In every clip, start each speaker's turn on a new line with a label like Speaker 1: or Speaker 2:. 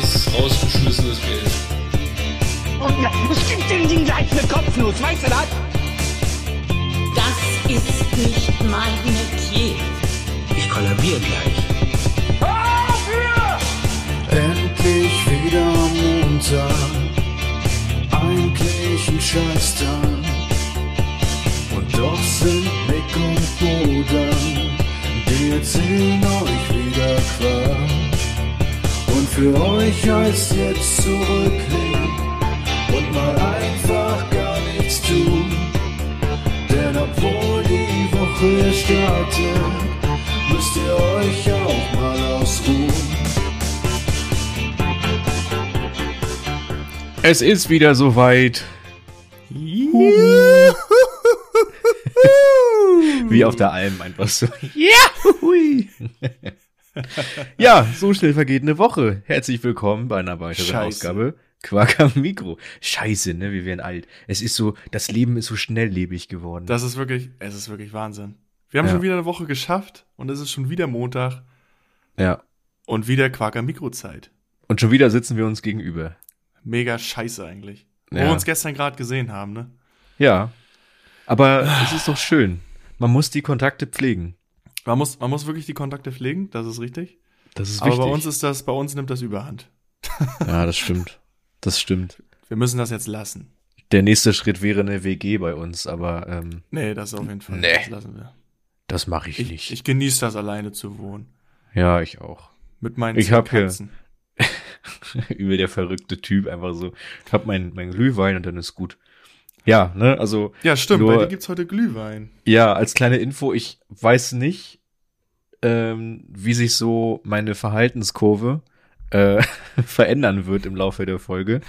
Speaker 1: Das ist rausgeschmissenes Geld.
Speaker 2: Und na, bestimmt den Ding gleich eine Kopfnuss, weißt du das?
Speaker 3: Das ist nicht mein Metier.
Speaker 4: Ich kollabiere gleich.
Speaker 5: Endlich wieder Montag, eigentlich ein Scheißtag. Und doch sind Nick und Bruder, die erzählen euch wieder Quatsch. Und für euch heißt jetzt zurücklehnen und mal einfach gar nichts tun. Denn obwohl die Woche startet, müsst ihr euch auch mal ausruhen.
Speaker 6: Es ist wieder soweit. Wie auf der Alm einfach so. Ja! ja, so schnell vergeht eine Woche. Herzlich willkommen bei einer weiteren
Speaker 5: Scheiße.
Speaker 6: Ausgabe Quark am Mikro. Scheiße, ne? Wir werden alt. Es ist so, das Leben ist so schnelllebig geworden.
Speaker 7: Das ist wirklich, es ist wirklich Wahnsinn. Wir haben
Speaker 6: Ja.
Speaker 7: schon wieder eine Woche geschafft und es ist schon wieder Montag
Speaker 6: ja.
Speaker 7: und wieder Quarker Mikrozeit.
Speaker 6: Und schon wieder sitzen wir uns gegenüber.
Speaker 7: Mega scheiße eigentlich. Wo
Speaker 6: Ja.
Speaker 7: wir uns gestern gerade gesehen haben, ne?
Speaker 6: Ja. Aber es ist doch schön. Man muss die Kontakte pflegen.
Speaker 7: Man muss, man muss wirklich die Kontakte pflegen, das ist richtig.
Speaker 6: Das ist
Speaker 7: Aber
Speaker 6: wichtig.
Speaker 7: bei uns ist das, bei uns nimmt das überhand.
Speaker 6: ja, das stimmt. Das stimmt.
Speaker 7: Wir müssen das jetzt lassen.
Speaker 6: Der nächste Schritt wäre eine WG bei uns, aber ähm,
Speaker 7: Nee, das auf jeden Fall.
Speaker 6: Nee.
Speaker 7: Das lassen wir.
Speaker 6: das mache ich,
Speaker 7: Ich,
Speaker 6: nicht.
Speaker 7: ich genieße das alleine zu wohnen.
Speaker 6: ja, ich auch.
Speaker 7: Mit meinen
Speaker 6: Ich
Speaker 7: zwei
Speaker 6: hab hier-
Speaker 7: Katzen.
Speaker 6: Über der verrückte Typ einfach so. Ich hab mein, mein Glühwein und dann ist gut. Ja, ne, also
Speaker 7: Ja, stimmt,
Speaker 6: Nur-
Speaker 7: bei dir gibt's heute Glühwein.
Speaker 6: ja, als kleine Info, ich weiß nicht, ähm, wie sich so meine Verhaltenskurve äh, verändern wird im Laufe der Folge.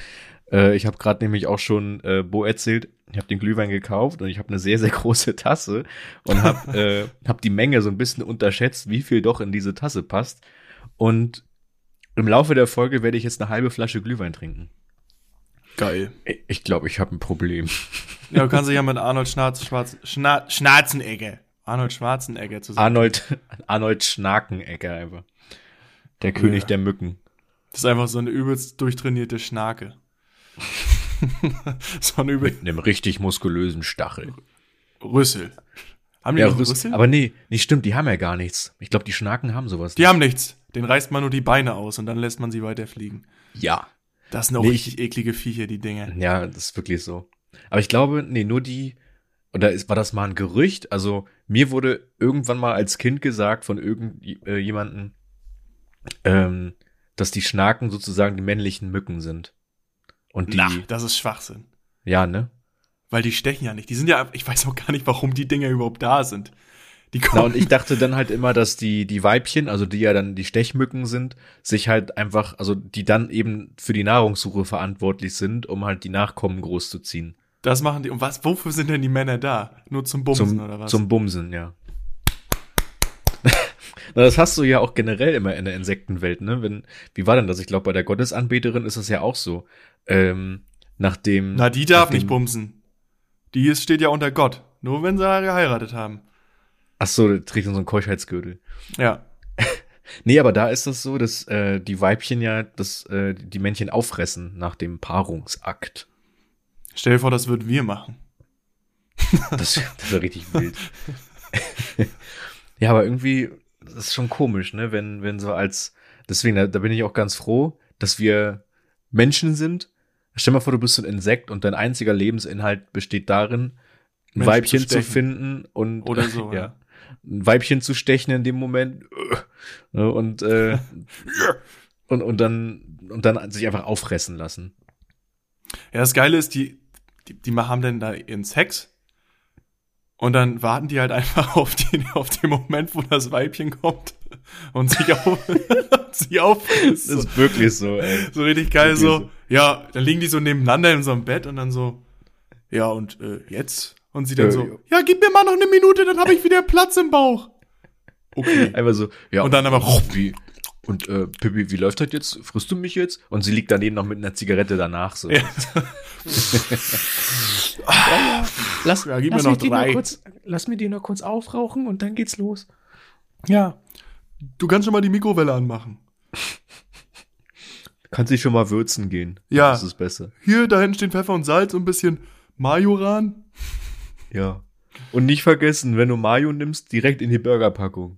Speaker 6: Äh, ich habe gerade nämlich auch schon äh, Bo erzählt, ich habe den Glühwein gekauft und ich habe eine sehr, sehr große Tasse und habe äh, hab die Menge so ein bisschen unterschätzt, wie viel doch in diese Tasse passt. Und im Laufe der Folge werde ich jetzt eine halbe Flasche Glühwein trinken.
Speaker 7: Geil.
Speaker 6: Ich- Ich glaube, ich habe ein Problem.
Speaker 7: Ja, du kannst dich ja mit Arnold Schnarz, Schwarz, Schna, Schnarzenegge. Arnold Schwarzenegge zusammen.
Speaker 6: Arnold, Arnold Schnakenegger einfach. Der König der Mücken.
Speaker 7: Das ist einfach so eine übelst durchtrainierte Schnake. so ein übel
Speaker 6: Mit einem richtig muskulösen Stachel.
Speaker 7: Rüssel. Haben die
Speaker 6: Ja,
Speaker 7: noch
Speaker 6: Rüs-
Speaker 7: Rüssel?
Speaker 6: aber nee, nicht stimmt, die haben ja gar nichts. Ich glaube, die Schnaken haben sowas.
Speaker 7: die haben nichts. Den reißt man nur die Beine aus und dann lässt man sie weiterfliegen.
Speaker 6: ja.
Speaker 7: Das sind auch
Speaker 6: Nee, ich-
Speaker 7: richtig eklige Viecher, die Dinge.
Speaker 6: Ja, das ist wirklich so. Aber ich glaube, nee, nur die, oder ist, war das mal ein Gerücht? Also, mir wurde irgendwann mal als Kind gesagt von irgendjemandem, ähm, dass die Schnaken sozusagen die männlichen Mücken sind. Und die,
Speaker 7: Na, das ist Schwachsinn.
Speaker 6: ja, ne?
Speaker 7: Weil die stechen ja nicht. Die sind ja, ich weiß auch gar nicht, warum die Dinger überhaupt da sind. Die
Speaker 6: Na,
Speaker 7: kommen.
Speaker 6: und ich dachte dann halt immer, dass die, die Weibchen, also die ja dann die Stechmücken sind, sich halt einfach, also die dann eben für die Nahrungssuche verantwortlich sind, um halt die Nachkommen großzuziehen.
Speaker 7: das machen die. Und was, wofür sind denn die Männer da? Nur zum Bumsen
Speaker 6: Zum,
Speaker 7: oder was?
Speaker 6: zum Bumsen, ja. Na, das hast du ja auch generell immer in der Insektenwelt, ne? Wenn, wie war denn das? Ich glaube, bei der Gottesanbeterin ist das ja auch so. Ähm, nachdem.
Speaker 7: Na, die darf
Speaker 6: nachdem-
Speaker 7: nicht bumsen. Die ist, steht ja unter Gott. Nur wenn sie geheiratet haben.
Speaker 6: Ach so, der trägt dann so einen Keuschheitsgürtel.
Speaker 7: Ja.
Speaker 6: Nee, aber da ist das so, dass äh, die Weibchen ja das, äh, die Männchen auffressen nach dem Paarungsakt.
Speaker 7: Stell dir vor, das würden wir machen.
Speaker 6: Das, das war richtig wild. ja, aber irgendwie, das ist schon komisch, ne? Wenn, wenn so als, deswegen, da, da bin ich auch ganz froh, dass wir Menschen sind. Stell mal vor, du bist so ein Insekt und dein einziger Lebensinhalt besteht darin, ein
Speaker 7: Menschen
Speaker 6: Weibchen
Speaker 7: zu
Speaker 6: zu,
Speaker 7: stechen.
Speaker 6: finden und
Speaker 7: Oder so,
Speaker 6: ja,
Speaker 7: ja.
Speaker 6: ein Weibchen zu stechen in dem Moment ne, und, äh, und, und dann und dann sich einfach auffressen lassen.
Speaker 7: Ja, das Geile ist, die, die, die haben dann da ihren Sex. Und dann warten die halt einfach auf den, auf den Moment, wo das Weibchen kommt und sich auf, sie auffrisst.
Speaker 6: Das
Speaker 7: So,
Speaker 6: ist wirklich so, ey.
Speaker 7: so richtig geil,
Speaker 6: wirklich
Speaker 7: so.
Speaker 6: so.
Speaker 7: Ja, dann liegen die so nebeneinander in so einem Bett und dann so, ja, und äh, jetzt? Und sie dann
Speaker 6: Ja,
Speaker 7: so, ja, gib mir mal noch eine Minute, dann habe ich wieder Platz im Bauch. Okay.
Speaker 6: Einfach so, ja.
Speaker 7: Und dann aber,
Speaker 6: wie, und äh, Pippi, wie läuft das jetzt? Frisst du mich jetzt? Und sie liegt daneben noch mit einer Zigarette danach. So.
Speaker 7: Ja.
Speaker 6: Lass,
Speaker 7: Ja, gib mir lass noch mich die drei. nur
Speaker 6: kurz, lass mir die noch kurz aufrauchen und dann geht's los.
Speaker 7: ja, du kannst schon mal die Mikrowelle anmachen.
Speaker 6: Kannst dich schon mal würzen gehen.
Speaker 7: Ja.
Speaker 6: Das ist besser.
Speaker 7: Hier, da hinten stehen Pfeffer und Salz und ein bisschen Majoran.
Speaker 6: Ja. Und nicht vergessen, wenn du Mayo nimmst, direkt in die Burgerpackung.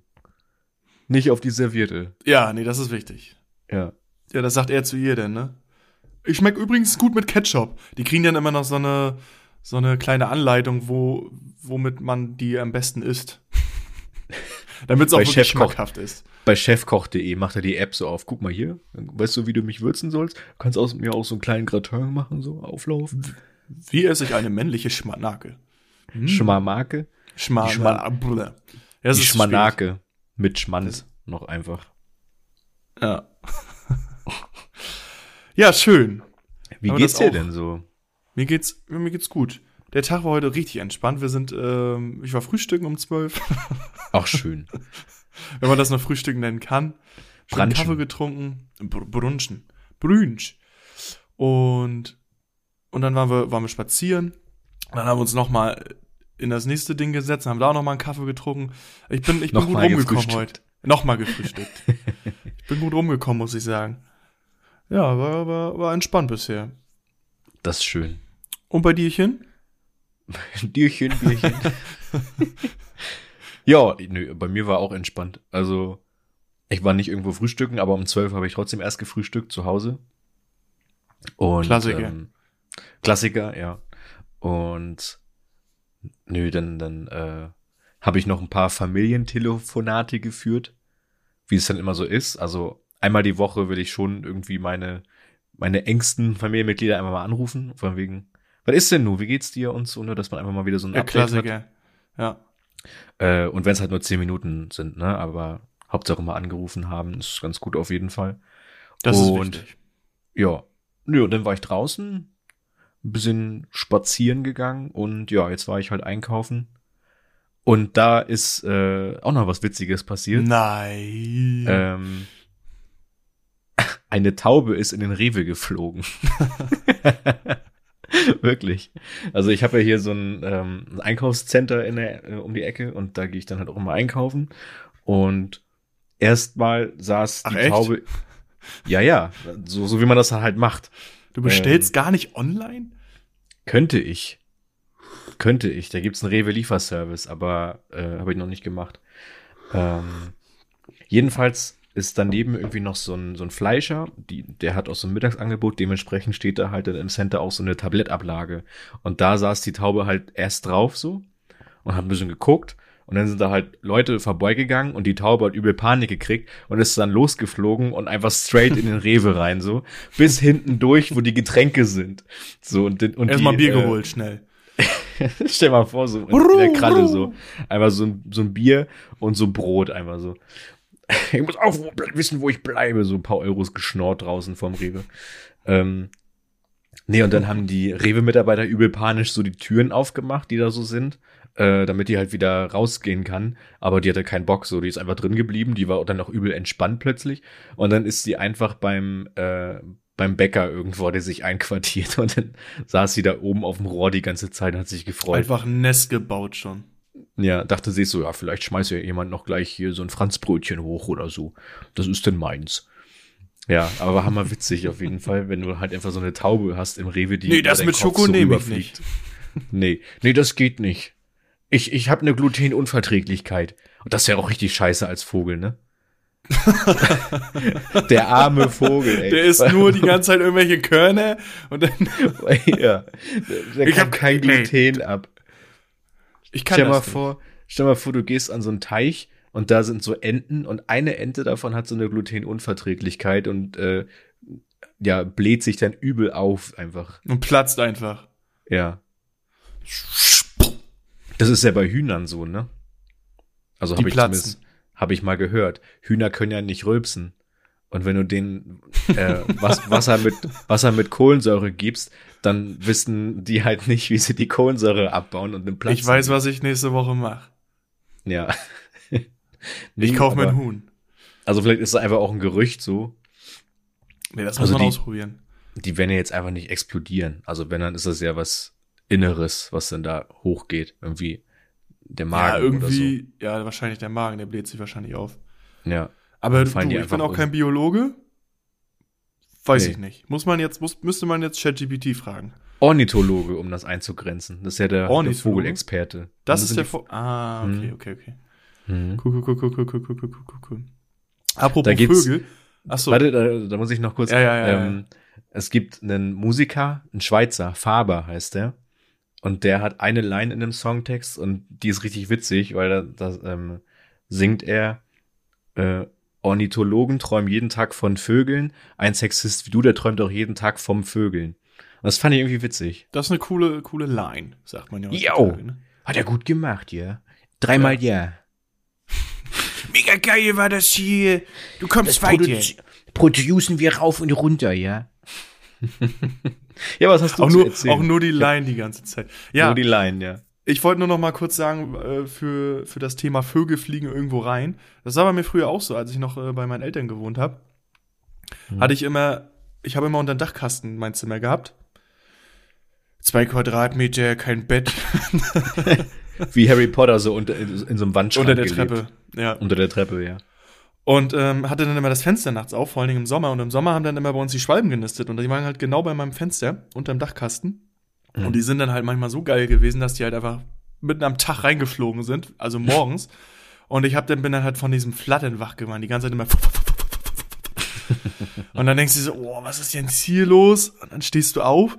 Speaker 6: Nicht auf die Serviette.
Speaker 7: Ja, nee, das ist wichtig.
Speaker 6: Ja.
Speaker 7: Ja, das sagt er zu ihr denn, ne? Ich schmeck übrigens gut mit Ketchup. Die kriegen dann immer noch so eine, so eine kleine Anleitung, wo, womit man die am besten isst. Damit es auch
Speaker 6: Bei
Speaker 7: wirklich
Speaker 6: Chefkoch.
Speaker 7: schmackhaft ist.
Speaker 6: Bei chefkoch.de macht er die App so auf. Guck mal hier. Weißt du, wie du mich würzen sollst? Kannst aus mir auch so einen kleinen Gratin machen, so auflaufen.
Speaker 7: Wie esse ich eine männliche Schmanake? Hm.
Speaker 6: Schmarmake.
Speaker 7: Schman
Speaker 6: Die Schman-
Speaker 7: Schman
Speaker 6: die Schmanake. Mit Schmanz. Noch einfach.
Speaker 7: Ja. ja, schön.
Speaker 6: Wie
Speaker 7: Aber
Speaker 6: geht's
Speaker 7: das
Speaker 6: dir
Speaker 7: auch.
Speaker 6: denn so?
Speaker 7: Mir geht's, mir geht's gut. Der Tag war heute richtig entspannt. Wir sind, ähm, ich war frühstücken um zwölf,
Speaker 6: Ach, schön.
Speaker 7: wenn man das noch frühstücken nennen kann. Schön
Speaker 6: Brunchen.
Speaker 7: Kaffee getrunken, Br brunchen, brünsch. Und, und dann waren wir, waren wir spazieren. Dann haben wir uns nochmal in das nächste Ding gesetzt, haben da auch nochmal einen Kaffee getrunken. Ich bin, ich bin gut
Speaker 6: Nochmal
Speaker 7: rumgekommen heute.
Speaker 6: gefrühstückt.
Speaker 7: Nochmal gefrühstückt. ich bin gut rumgekommen, muss ich sagen. Ja, war, war, war entspannt bisher.
Speaker 6: Das ist schön.
Speaker 7: Und bei dirchen?
Speaker 6: Dürchen, Bierchen. ja, nö, bei mir war auch entspannt. Also, ich war nicht irgendwo frühstücken, aber um 12 habe ich trotzdem erst gefrühstückt zu Hause. Und,
Speaker 7: Klassiker.
Speaker 6: Ähm, Klassiker, ja. Und nö, dann, dann äh, habe ich noch ein paar Familientelefonate geführt, wie es dann immer so ist. Also einmal die Woche will ich schon irgendwie meine, meine engsten Familienmitglieder einmal mal anrufen, von wegen, was ist denn nun, wie geht's dir und so, ne, dass man einfach mal wieder so ein
Speaker 7: Ja,
Speaker 6: Update hat.
Speaker 7: Klassiker. Ja.
Speaker 6: Äh, und wenn es halt nur zehn Minuten sind, ne? Aber Hauptsache mal angerufen haben, ist ganz gut auf jeden Fall.
Speaker 7: Das
Speaker 6: Und-
Speaker 7: ist wichtig.
Speaker 6: Ja. Nö, und dann war ich draußen, ein bisschen spazieren gegangen und ja, jetzt war ich halt einkaufen. Und da ist äh, auch noch was Witziges passiert.
Speaker 7: Nein.
Speaker 6: Ähm, eine Taube ist in den Rewe geflogen. Wirklich. Also ich habe ja hier so ein, ähm, ein Einkaufscenter in der, äh, um die Ecke und da gehe ich dann halt auch immer einkaufen. Und erstmal saß
Speaker 7: Ach,
Speaker 6: die
Speaker 7: echt?
Speaker 6: Taube. Ja, ja, so, so wie man das halt macht.
Speaker 7: du
Speaker 6: äh,
Speaker 7: bestellst gar nicht online?
Speaker 6: Könnte ich. Könnte ich. Da gibt's einen Rewe-Lieferservice, aber äh, habe ich noch nicht gemacht. Ähm, jedenfalls ist daneben irgendwie noch so ein, so ein Fleischer, die, der hat auch so ein Mittagsangebot, dementsprechend steht da halt dann im Center auch so eine Tablettablage. Und da saß die Taube halt erst drauf so und hat ein bisschen geguckt. Und dann sind da halt Leute vorbeigegangen und die Taube hat übel Panik gekriegt und ist dann losgeflogen und einfach straight in den Rewe rein, so. Bis hinten durch, wo die Getränke sind. So, und, den- und
Speaker 7: Erstmal
Speaker 6: die,
Speaker 7: Bier
Speaker 6: äh,
Speaker 7: geholt, schnell.
Speaker 6: Stell mal vor, so in, in der Kralle so. Einfach so ein, so ein Bier und so Brot, einfach so. Ich muss auch wo- wissen, wo ich bleibe. So ein paar Euros geschnort draußen vom Rewe. Ähm, nee, und dann haben die Rewe-Mitarbeiter übel panisch so die Türen aufgemacht, die da so sind, äh, damit die halt wieder rausgehen kann. Aber die hatte keinen Bock, so. Die ist einfach drin geblieben. Die war dann auch übel entspannt plötzlich. Und dann ist sie einfach beim, äh, beim Bäcker irgendwo, der sich einquartiert. Und dann saß sie da oben auf dem Rohr die ganze Zeit und hat sich gefreut.
Speaker 7: Einfach ein Nest gebaut schon.
Speaker 6: Ja, dachte sie so, ja, vielleicht schmeißt ja jemand noch gleich hier so ein Franzbrötchen hoch oder so. Das ist denn meins. Ja, aber war hammer witzig auf jeden Fall, wenn du halt einfach so eine Taube hast im Rewe, die
Speaker 7: Nee, das
Speaker 6: über deinen
Speaker 7: mit
Speaker 6: Kopf
Speaker 7: Schoko nehme ich
Speaker 6: rüberfliegt. Nee, nee, das geht nicht. Ich, ich habe eine Glutenunverträglichkeit. Und das ist ja auch richtig scheiße als Vogel, ne? Der arme Vogel, ey.
Speaker 7: Der isst nur die ganze Zeit irgendwelche Körner und dann.
Speaker 6: ja, der
Speaker 7: Ich
Speaker 6: ich kann
Speaker 7: hab-
Speaker 6: kein
Speaker 7: nee.
Speaker 6: Gluten ab.
Speaker 7: Ich kann
Speaker 6: stell mal
Speaker 7: das nicht.
Speaker 6: vor, stell mal vor, du gehst an so einen Teich und da sind so Enten und eine Ente davon hat so eine Glutenunverträglichkeit und äh, ja, bläht sich dann übel auf einfach.
Speaker 7: Und platzt einfach.
Speaker 6: Ja. Das ist ja bei Hühnern so, ne? Also
Speaker 7: Die
Speaker 6: habe ich
Speaker 7: platzen.
Speaker 6: zumindest habe ich mal gehört. Hühner können ja nicht rülpsen. Und wenn du denen äh, was, Wasser, mit, Wasser mit Kohlensäure gibst, dann wissen die halt nicht, wie sie die Kohlensäure abbauen und dann platzen.
Speaker 7: Ich weiß,
Speaker 6: die.
Speaker 7: was ich nächste Woche mache.
Speaker 6: Ja.
Speaker 7: Ich
Speaker 6: Nee,
Speaker 7: kaufe mir
Speaker 6: aber-
Speaker 7: ein Huhn.
Speaker 6: Also vielleicht ist es einfach auch ein Gerücht so.
Speaker 7: Nee, das
Speaker 6: Also
Speaker 7: muss man
Speaker 6: die-
Speaker 7: ausprobieren.
Speaker 6: Die werden ja jetzt einfach nicht explodieren. Also wenn, dann ist das ja was Inneres, was dann da hochgeht. Irgendwie der Magen
Speaker 7: ja,
Speaker 6: oder
Speaker 7: irgendwie. Ja, wahrscheinlich der Magen, der bläht sich wahrscheinlich auf.
Speaker 6: so. Ja.
Speaker 7: Aber
Speaker 6: Dann
Speaker 7: du,
Speaker 6: fallen die
Speaker 7: ich bin
Speaker 6: einfach
Speaker 7: auch
Speaker 6: um.
Speaker 7: kein Biologe. Weiß
Speaker 6: Nee.
Speaker 7: ich nicht. Muss man jetzt, muss, müsste man jetzt ChatGPT fragen.
Speaker 6: Ornithologe, um das einzugrenzen. Das ist ja der, der
Speaker 7: Ornithologe?
Speaker 6: Vogelexperte.
Speaker 7: Das
Speaker 6: Und
Speaker 7: ist
Speaker 6: sind
Speaker 7: der
Speaker 6: die-
Speaker 7: Vor Ah, okay,
Speaker 6: Mhm.
Speaker 7: okay, okay.
Speaker 6: Mhm.
Speaker 7: Cool, cool, cool, cool, cool, cool, cool, cool, cool, cool. Apropos
Speaker 6: Da geht's-
Speaker 7: Vögel. Achso,
Speaker 6: Warte, da, da muss ich noch kurz.
Speaker 7: Ja, ja, ja, ja.
Speaker 6: ähm, Es gibt einen Musiker, einen Schweizer, Faber heißt der. Und der hat eine Line in dem Songtext und die ist richtig witzig, weil da, da ähm, singt er: äh, Ornithologen träumen jeden Tag von Vögeln. Ein Sexist wie du, der träumt auch jeden Tag vom Vögeln. Und das fand ich irgendwie witzig.
Speaker 7: das ist eine coole, coole Line, sagt man ja
Speaker 6: Jo.
Speaker 7: heutzutage, ne?
Speaker 6: Hat er gut gemacht, ja. Dreimal ja.
Speaker 4: Mega geil war das hier. Du kommst
Speaker 6: Producen wir rauf und runter, ja. ja, was hast du
Speaker 7: Auch
Speaker 6: zu
Speaker 7: nur,
Speaker 6: erzählen?
Speaker 7: auch nur die Line die ganze Zeit. Ja,
Speaker 6: Nur die Line, ja.
Speaker 7: Ich wollte nur noch mal kurz sagen, äh, für, für das Thema Vögel fliegen irgendwo rein. Das war bei mir früher auch so, als ich noch äh, bei meinen Eltern gewohnt habe.
Speaker 6: Mhm.
Speaker 7: Hatte ich immer, ich habe immer unter dem Dachkasten mein Zimmer gehabt. Zwei Quadratmeter, kein Bett
Speaker 6: Wie Harry Potter so unter, in, in so einem Wandschrank
Speaker 7: unter der
Speaker 6: gelebt.
Speaker 7: Treppe. Ja.
Speaker 6: Unter der Treppe, ja.
Speaker 7: Und ähm, hatte dann immer das Fenster nachts auf, vor allen Dingen im Sommer. Und im Sommer haben dann immer bei uns die Schwalben genistet. Und die waren halt genau bei meinem Fenster, unterm Dachkasten. Und die sind dann halt manchmal so geil gewesen, dass die halt einfach mitten am Tag reingeflogen sind, also morgens. und ich hab dann, bin dann halt von diesem Flattern wach geworden, die ganze Zeit immer. und dann denkst du so, oh, was ist denn hier los? Und dann stehst du auf.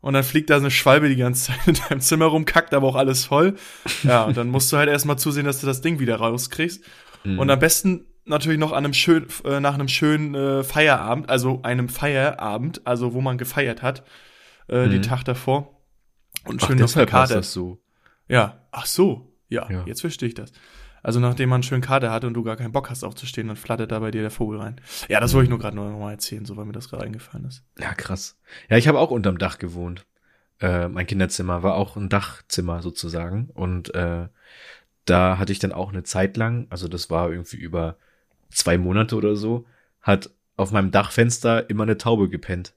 Speaker 7: Und dann fliegt da so eine Schwalbe die ganze Zeit in deinem Zimmer rum, kackt aber auch alles voll. Ja, und dann musst du halt erstmal zusehen, dass du das Ding wieder rauskriegst. Und am besten natürlich noch an einem schön, äh, nach einem schönen äh, Feierabend, also einem Feierabend, also wo man gefeiert hat, äh, den Tag davor. Und schön noch
Speaker 6: passt
Speaker 7: verkatert.
Speaker 6: das so.
Speaker 7: Ja, ach so, ja,
Speaker 6: Ja.
Speaker 7: jetzt verstehe ich das. Also nachdem man einen schönen Kater hat und du gar keinen Bock hast aufzustehen, dann flattert da bei dir der Vogel rein. Ja, das wollte ich nur gerade noch mal erzählen, so weil mir das gerade eingefallen ist.
Speaker 6: Ja, krass. Ja, ich habe auch unterm Dach gewohnt. Äh, mein Kinderzimmer war auch ein Dachzimmer sozusagen. Und äh, da hatte ich dann auch eine Zeit lang, also das war irgendwie über zwei Monate oder so, hat auf meinem Dachfenster immer eine Taube gepennt.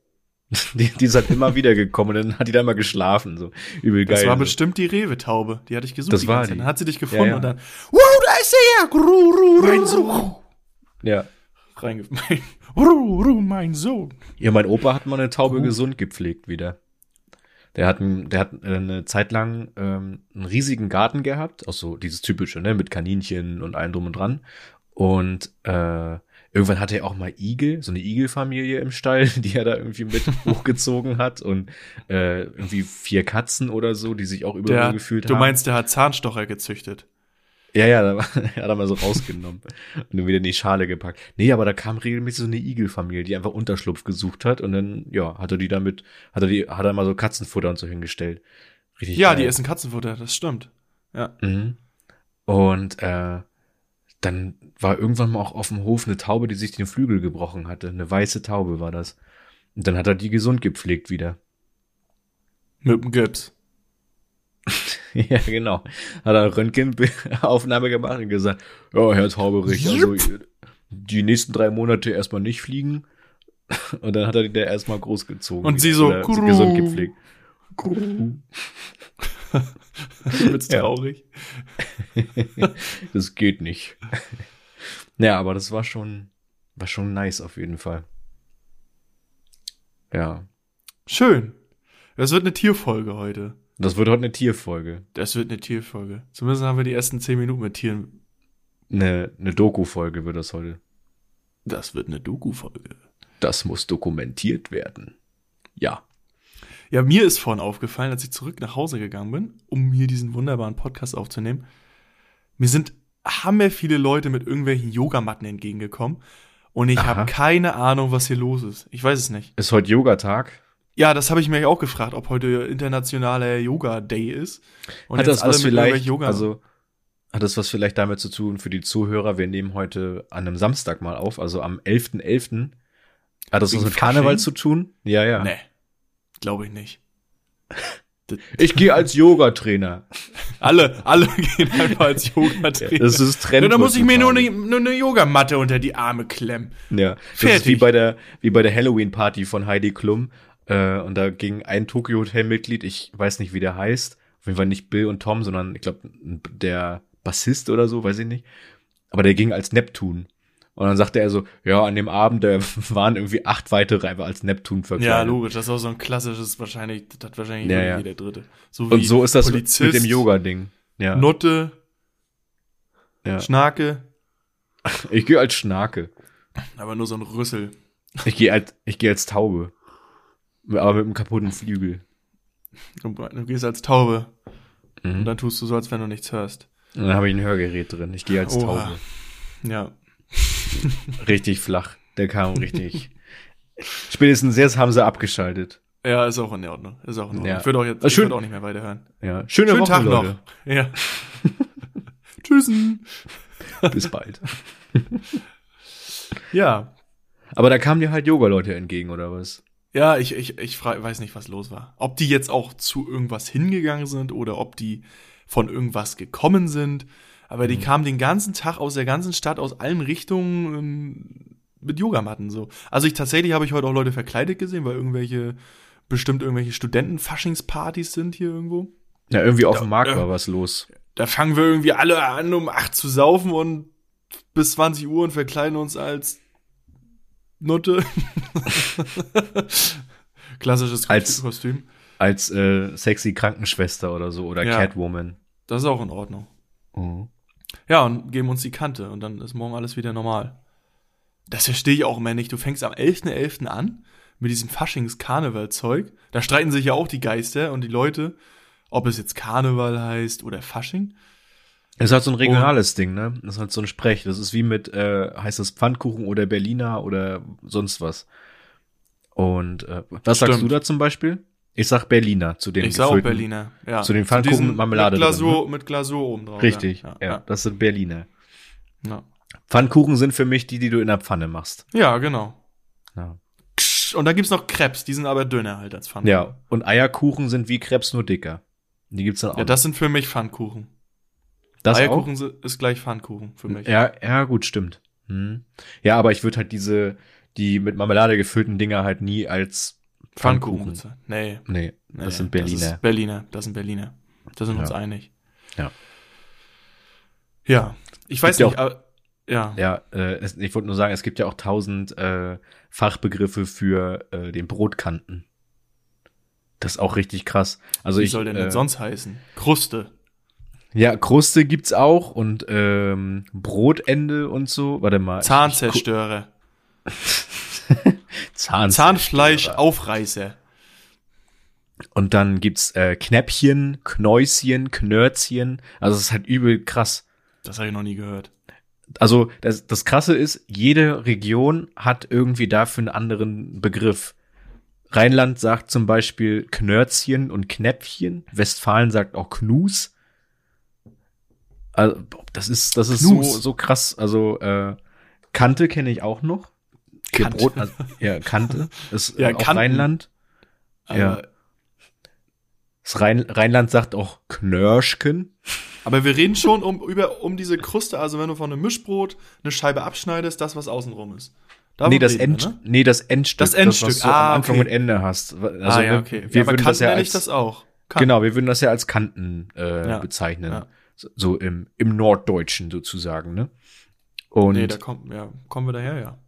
Speaker 6: Die, die ist halt immer wieder gekommen und dann hat die da immer geschlafen. So übel geil.
Speaker 7: Das war
Speaker 6: so.
Speaker 7: bestimmt die Rewe-Taube, die hatte ich gesucht.
Speaker 6: Das
Speaker 7: die
Speaker 6: war
Speaker 7: ganze Zeit.
Speaker 6: die.
Speaker 7: Dann hat sie dich gefunden
Speaker 6: ja.
Speaker 7: und dann, wow, da ist er ja, ru, ru, mein Sohn.
Speaker 6: Ja.
Speaker 7: Reinge mein, ru, ru, mein Sohn.
Speaker 6: Ja, mein Opa hat mal eine Taube gesund gepflegt wieder. Der hat, ein- der hat äh, eine Zeit lang ähm, einen riesigen Garten gehabt, auch so dieses typische, ne, mit Kaninchen und allem drum und dran. Und äh, irgendwann hatte er auch mal Igel, so eine Igelfamilie im Stall, die er da irgendwie mit hochgezogen hat und äh, irgendwie vier Katzen oder so, die sich auch
Speaker 7: Der,
Speaker 6: übergefühlt
Speaker 7: du
Speaker 6: haben.
Speaker 7: meinst, der hat Zahnstocher gezüchtet.
Speaker 6: Ja, ja, da war- hat er mal so rausgenommen und dann wieder in die Schale gepackt. Nee, aber da kam regelmäßig so eine Igelfamilie, die einfach Unterschlupf gesucht hat und dann, ja, hat er die damit, hat er die, hat er mal so Katzenfutter und so hingestellt. Richtig.
Speaker 7: Ja,
Speaker 6: geil.
Speaker 7: die essen Katzenfutter, das stimmt. Ja.
Speaker 6: Mhm. Und äh, dann war irgendwann mal auch auf dem Hof eine Taube, die sich den Flügel gebrochen hatte. Eine weiße Taube war das. Und dann hat er die gesund gepflegt wieder.
Speaker 7: Mit dem Gips.
Speaker 6: Ja, genau. Hat er Röntgenaufnahme gemacht und gesagt, ja, Herr Tauberich, also die nächsten drei Monate erstmal nicht fliegen. Und dann hat er die da erstmal großgezogen.
Speaker 7: Und sie so,
Speaker 6: Oder
Speaker 7: "Kuru."
Speaker 6: gesund gepflegt.
Speaker 7: Wird's
Speaker 6: Ja.
Speaker 7: traurig.
Speaker 6: Das geht nicht. Ja, aber das war schon, war schon nice auf jeden Fall. Ja.
Speaker 7: Schön. Das wird eine Tierfolge heute.
Speaker 6: Das wird heute eine Tierfolge.
Speaker 7: Das wird eine Tierfolge. Zumindest haben wir die ersten zehn Minuten mit Tieren.
Speaker 6: Eine, eine Doku-Folge wird das heute.
Speaker 7: Das wird eine Doku-Folge.
Speaker 6: Das muss dokumentiert werden. Ja.
Speaker 7: Ja, mir ist vorhin aufgefallen, als ich zurück nach Hause gegangen bin, um hier diesen wunderbaren Podcast aufzunehmen. Mir sind hammer viele Leute mit irgendwelchen Yogamatten entgegengekommen. Und ich
Speaker 6: Aha.
Speaker 7: habe keine Ahnung, was hier los ist. Ich weiß es nicht.
Speaker 6: Ist heute Yogatag.
Speaker 7: Ja, das habe ich mir auch gefragt, ob heute internationaler Yoga Day ist. Und
Speaker 6: hat
Speaker 7: jetzt
Speaker 6: das was
Speaker 7: mit irgendwelchen
Speaker 6: vielleicht, also hat das was vielleicht damit zu tun für die Zuhörer, wir nehmen heute an einem Samstag mal auf, also am 11.11. Hat das was
Speaker 7: Wegen
Speaker 6: mit Karneval zu
Speaker 7: Fasching?
Speaker 6: tun? Ja, ja.
Speaker 7: nee, glaube ich nicht. D-
Speaker 6: Ich gehe als Yoga-Trainer.
Speaker 7: alle, alle gehen einfach als Yoga Trainer.
Speaker 6: Das ist Trend.
Speaker 7: Ja, da muss ich mir nur eine,
Speaker 6: heutzutage.
Speaker 7: nur eine Yogamatte unter die Arme klemmen.
Speaker 6: Ja, das ist
Speaker 7: Fertig.
Speaker 6: wie bei der wie bei der Halloween Party von Heidi Klum äh, und da ging ein Tokyo Hotel Mitglied, ich weiß nicht wie der heißt, auf jeden Fall nicht Bill und Tom, sondern ich glaube der Bassist oder so, weiß ich nicht. Aber der ging als Neptun Und dann sagte er so, ja, an dem Abend äh, waren irgendwie acht weitere einfach als Neptun verkleidet.
Speaker 7: Ja, logisch. Das ist auch so ein klassisches, wahrscheinlich, das hat wahrscheinlich
Speaker 6: Ja,
Speaker 7: nur
Speaker 6: ja.
Speaker 7: jeder Dritte. So
Speaker 6: Und
Speaker 7: wie
Speaker 6: so ist das
Speaker 7: Polizist,
Speaker 6: mit dem Yoga-Ding. Ja,
Speaker 7: Nutte,
Speaker 6: ja.
Speaker 7: Schnake,
Speaker 6: Ich gehe als Schnake.
Speaker 7: aber nur so ein Rüssel.
Speaker 6: Ich gehe als, ich gehe als Taube. Aber mit einem kaputten Flügel.
Speaker 7: Du, du gehst als Taube
Speaker 6: Mhm.
Speaker 7: und dann tust du so, als wenn du nichts hörst.
Speaker 6: Und dann habe ich ein Hörgerät drin. Ich gehe als
Speaker 7: Oha.
Speaker 6: Taube.
Speaker 7: Ja.
Speaker 6: Richtig flach. Der kam richtig. Spätestens jetzt haben sie abgeschaltet.
Speaker 7: Ja, ist auch in Ordnung. Ist auch in Ordnung.
Speaker 6: Ja.
Speaker 7: Ich würde auch jetzt
Speaker 6: Ah,
Speaker 7: ich
Speaker 6: schön-
Speaker 7: würde auch nicht mehr weiterhören.
Speaker 6: Ja. Schöne
Speaker 7: Schönen
Speaker 6: Woche,
Speaker 7: Tag
Speaker 6: Leute.
Speaker 7: noch. Ja. Tschüssen.
Speaker 6: noch. Bis bald.
Speaker 7: Ja.
Speaker 6: Aber da kamen dir halt Yoga-Leute entgegen, oder was?
Speaker 7: Ja, ich, ich, ich frag, weiß nicht, was los war. Ob die jetzt auch zu irgendwas hingegangen sind oder ob die von irgendwas gekommen sind. Aber die kamen den ganzen Tag aus der ganzen Stadt, aus allen Richtungen ähm, mit Yogamatten so. Also ich tatsächlich habe ich heute auch Leute verkleidet gesehen, weil irgendwelche, bestimmt irgendwelche Studenten-Faschingspartys sind hier irgendwo.
Speaker 6: Ja, irgendwie auf dem Markt
Speaker 7: äh.
Speaker 6: war was los.
Speaker 7: Da fangen wir irgendwie alle an, um acht zu saufen und bis 20 Uhr und verkleiden uns als Nutte. Klassisches
Speaker 6: Als-
Speaker 7: Kostüm.
Speaker 6: Als äh, sexy Krankenschwester oder so oder
Speaker 7: Ja.
Speaker 6: Catwoman.
Speaker 7: Das ist auch in Ordnung.
Speaker 6: Mhm.
Speaker 7: Ja, und geben uns die Kante und dann ist morgen alles wieder normal. Das verstehe ich auch immer nicht. Du fängst am 11.11. an mit diesem Faschings-Karneval-Zeug. Da streiten sich ja auch die Geister und die Leute, ob es jetzt Karneval heißt oder Fasching.
Speaker 6: Es ist halt so ein regionales Ding, ne? Das ist halt so ein Sprech. Das ist wie mit, äh, heißt das Pfannkuchen oder Berliner oder sonst was. Und äh, was sagst
Speaker 7: Stimmt.
Speaker 6: du da zum Beispiel? Ich sag Berliner zu den
Speaker 7: ich sage auch
Speaker 6: gefüllten-
Speaker 7: Berliner. Ja.
Speaker 6: zu den
Speaker 7: diesen-
Speaker 6: Pfannkuchen mit Marmelade
Speaker 7: Mit Glasur,
Speaker 6: drin, ne?
Speaker 7: mit Glasur oben drauf.
Speaker 6: Richtig,
Speaker 7: Ja,
Speaker 6: ja,
Speaker 7: ja,
Speaker 6: Das sind Berliner.
Speaker 7: ja.
Speaker 6: Pfannkuchen sind für mich die, die du in der Pfanne machst.
Speaker 7: ja genau.
Speaker 6: Ja,
Speaker 7: Ksch, Und da gibt's noch Krebs, die sind aber dünner halt als Pfannkuchen.
Speaker 6: ja und Eierkuchen sind wie Krebs nur dicker. Die gibt's dann auch.
Speaker 7: ja das sind für mich Pfannkuchen.
Speaker 6: noch. das
Speaker 7: Eierkuchen si- ist gleich Pfannkuchen für mich.
Speaker 6: Ja, ja, gut, stimmt. Hm. Ja, aber ich würde halt diese, die mit Marmelade gefüllten Dinger halt nie als Pfannkuchen.
Speaker 7: Pfannkuchen. bezeichnen. Nee,
Speaker 6: Nee,
Speaker 7: Nee,
Speaker 6: das sind Berliner.
Speaker 7: ist Berliner, das sind Berliner. Da sind wir uns
Speaker 6: Ja.
Speaker 7: einig.
Speaker 6: Ja.
Speaker 7: Ja, ich weiß
Speaker 6: Gibt ja
Speaker 7: nicht, aber, ja.
Speaker 6: ja, äh, es, ich wollte nur sagen, es gibt ja auch tausend äh, Fachbegriffe für äh, den Brotkanten. Das ist auch richtig krass. Also
Speaker 7: Wie
Speaker 6: ich,
Speaker 7: soll denn
Speaker 6: äh,
Speaker 7: das sonst heißen? Kruste.
Speaker 6: Ja, Kruste gibt's auch und ähm, Brotende und so. Warte mal. ich-
Speaker 7: Zahnzerstörer.
Speaker 6: ich gu- Zahn
Speaker 7: Zahnfleischaufreißer.
Speaker 6: Und dann gibt's äh, Knäppchen, Knäuschen, Knörzchen. Also es ist halt übel krass.
Speaker 7: Das habe ich noch nie gehört.
Speaker 6: also das, das Krasse ist, jede Region hat irgendwie dafür einen anderen Begriff. Rheinland sagt zum Beispiel Knörzchen und Knäpfchen. Westfalen sagt auch Knus. Also, das ist, das ist so,
Speaker 7: Knus.
Speaker 6: so krass. Also äh, Kante kenne ich auch noch. Für
Speaker 7: Kante.
Speaker 6: Brot, also, ja, Kante. Ist
Speaker 7: Ja,
Speaker 6: ja, auch
Speaker 7: Kanten.
Speaker 6: Rheinland.
Speaker 7: Aber,
Speaker 6: Ja. Das Rhein, Rheinland sagt auch Knörschken.
Speaker 7: aber wir reden schon um, über, um diese Kruste, also wenn du von einem Mischbrot eine Scheibe abschneidest, das, was außenrum ist. Davon
Speaker 6: nee, das
Speaker 7: reden
Speaker 6: End,
Speaker 7: wir, ne?
Speaker 6: nee, das Endstück.
Speaker 7: Das Endstück,
Speaker 6: was du
Speaker 7: ah,
Speaker 6: am Anfang
Speaker 7: okay.
Speaker 6: und Ende hast. Also,
Speaker 7: ah, ja,
Speaker 6: wir-
Speaker 7: okay.
Speaker 6: Wir
Speaker 7: aber
Speaker 6: würden das ja
Speaker 7: nenne
Speaker 6: als,
Speaker 7: ich das auch. Kann.
Speaker 6: Genau, wir würden das ja als Kanten äh,
Speaker 7: Ja,
Speaker 6: bezeichnen.
Speaker 7: ja.
Speaker 6: So- So im, im Norddeutschen sozusagen, ne? Und
Speaker 7: Nee, da kommt, ja, kommen wir daher, ja.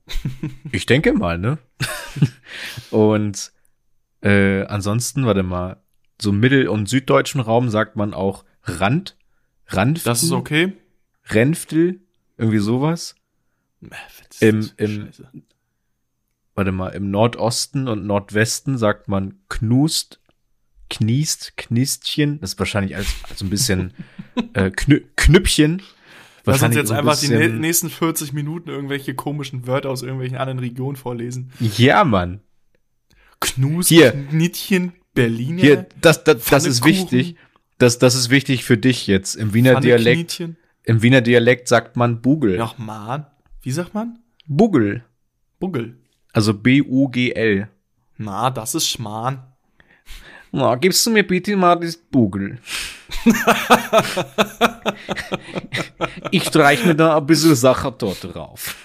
Speaker 6: ich denke mal, ne? und äh, ansonsten, warte mal, so im mittel- und süddeutschen Raum sagt man auch Rand, Randftel,
Speaker 7: Das ist okay.
Speaker 6: Renftel, irgendwie sowas.
Speaker 7: Äh, das
Speaker 6: Im-
Speaker 7: ist
Speaker 6: im-
Speaker 7: scheiße.
Speaker 6: Warte mal, im Nordosten und Nordwesten sagt man Knust, Kniest, Knistchen. Das ist wahrscheinlich als, als ein bisschen äh, knü Knüppchen.
Speaker 7: Lass uns jetzt
Speaker 6: so ein
Speaker 7: einfach die nä-
Speaker 6: bisschen-
Speaker 7: nächsten 40 Minuten irgendwelche komischen Wörter aus irgendwelchen anderen Regionen vorlesen.
Speaker 6: Ja, Mann.
Speaker 7: Knus,
Speaker 6: Hier.
Speaker 7: Knittchen, Berliner.
Speaker 6: Hier, das, das, das ist
Speaker 7: Pfannekuchen.
Speaker 6: wichtig. Das, das ist wichtig für dich jetzt. Im Wiener Dialekt,
Speaker 7: Pfanneknietchen.
Speaker 6: im Wiener Dialekt sagt man Bugel.
Speaker 7: Ach man. Wie sagt man?
Speaker 6: Bugel.
Speaker 7: Buggel.
Speaker 6: Also B-U-G-L.
Speaker 7: Na, das ist Schmarrn.
Speaker 6: Na, gibst du mir bitte mal das Bugel? ich streich mir da ein bisschen Sachertorte drauf.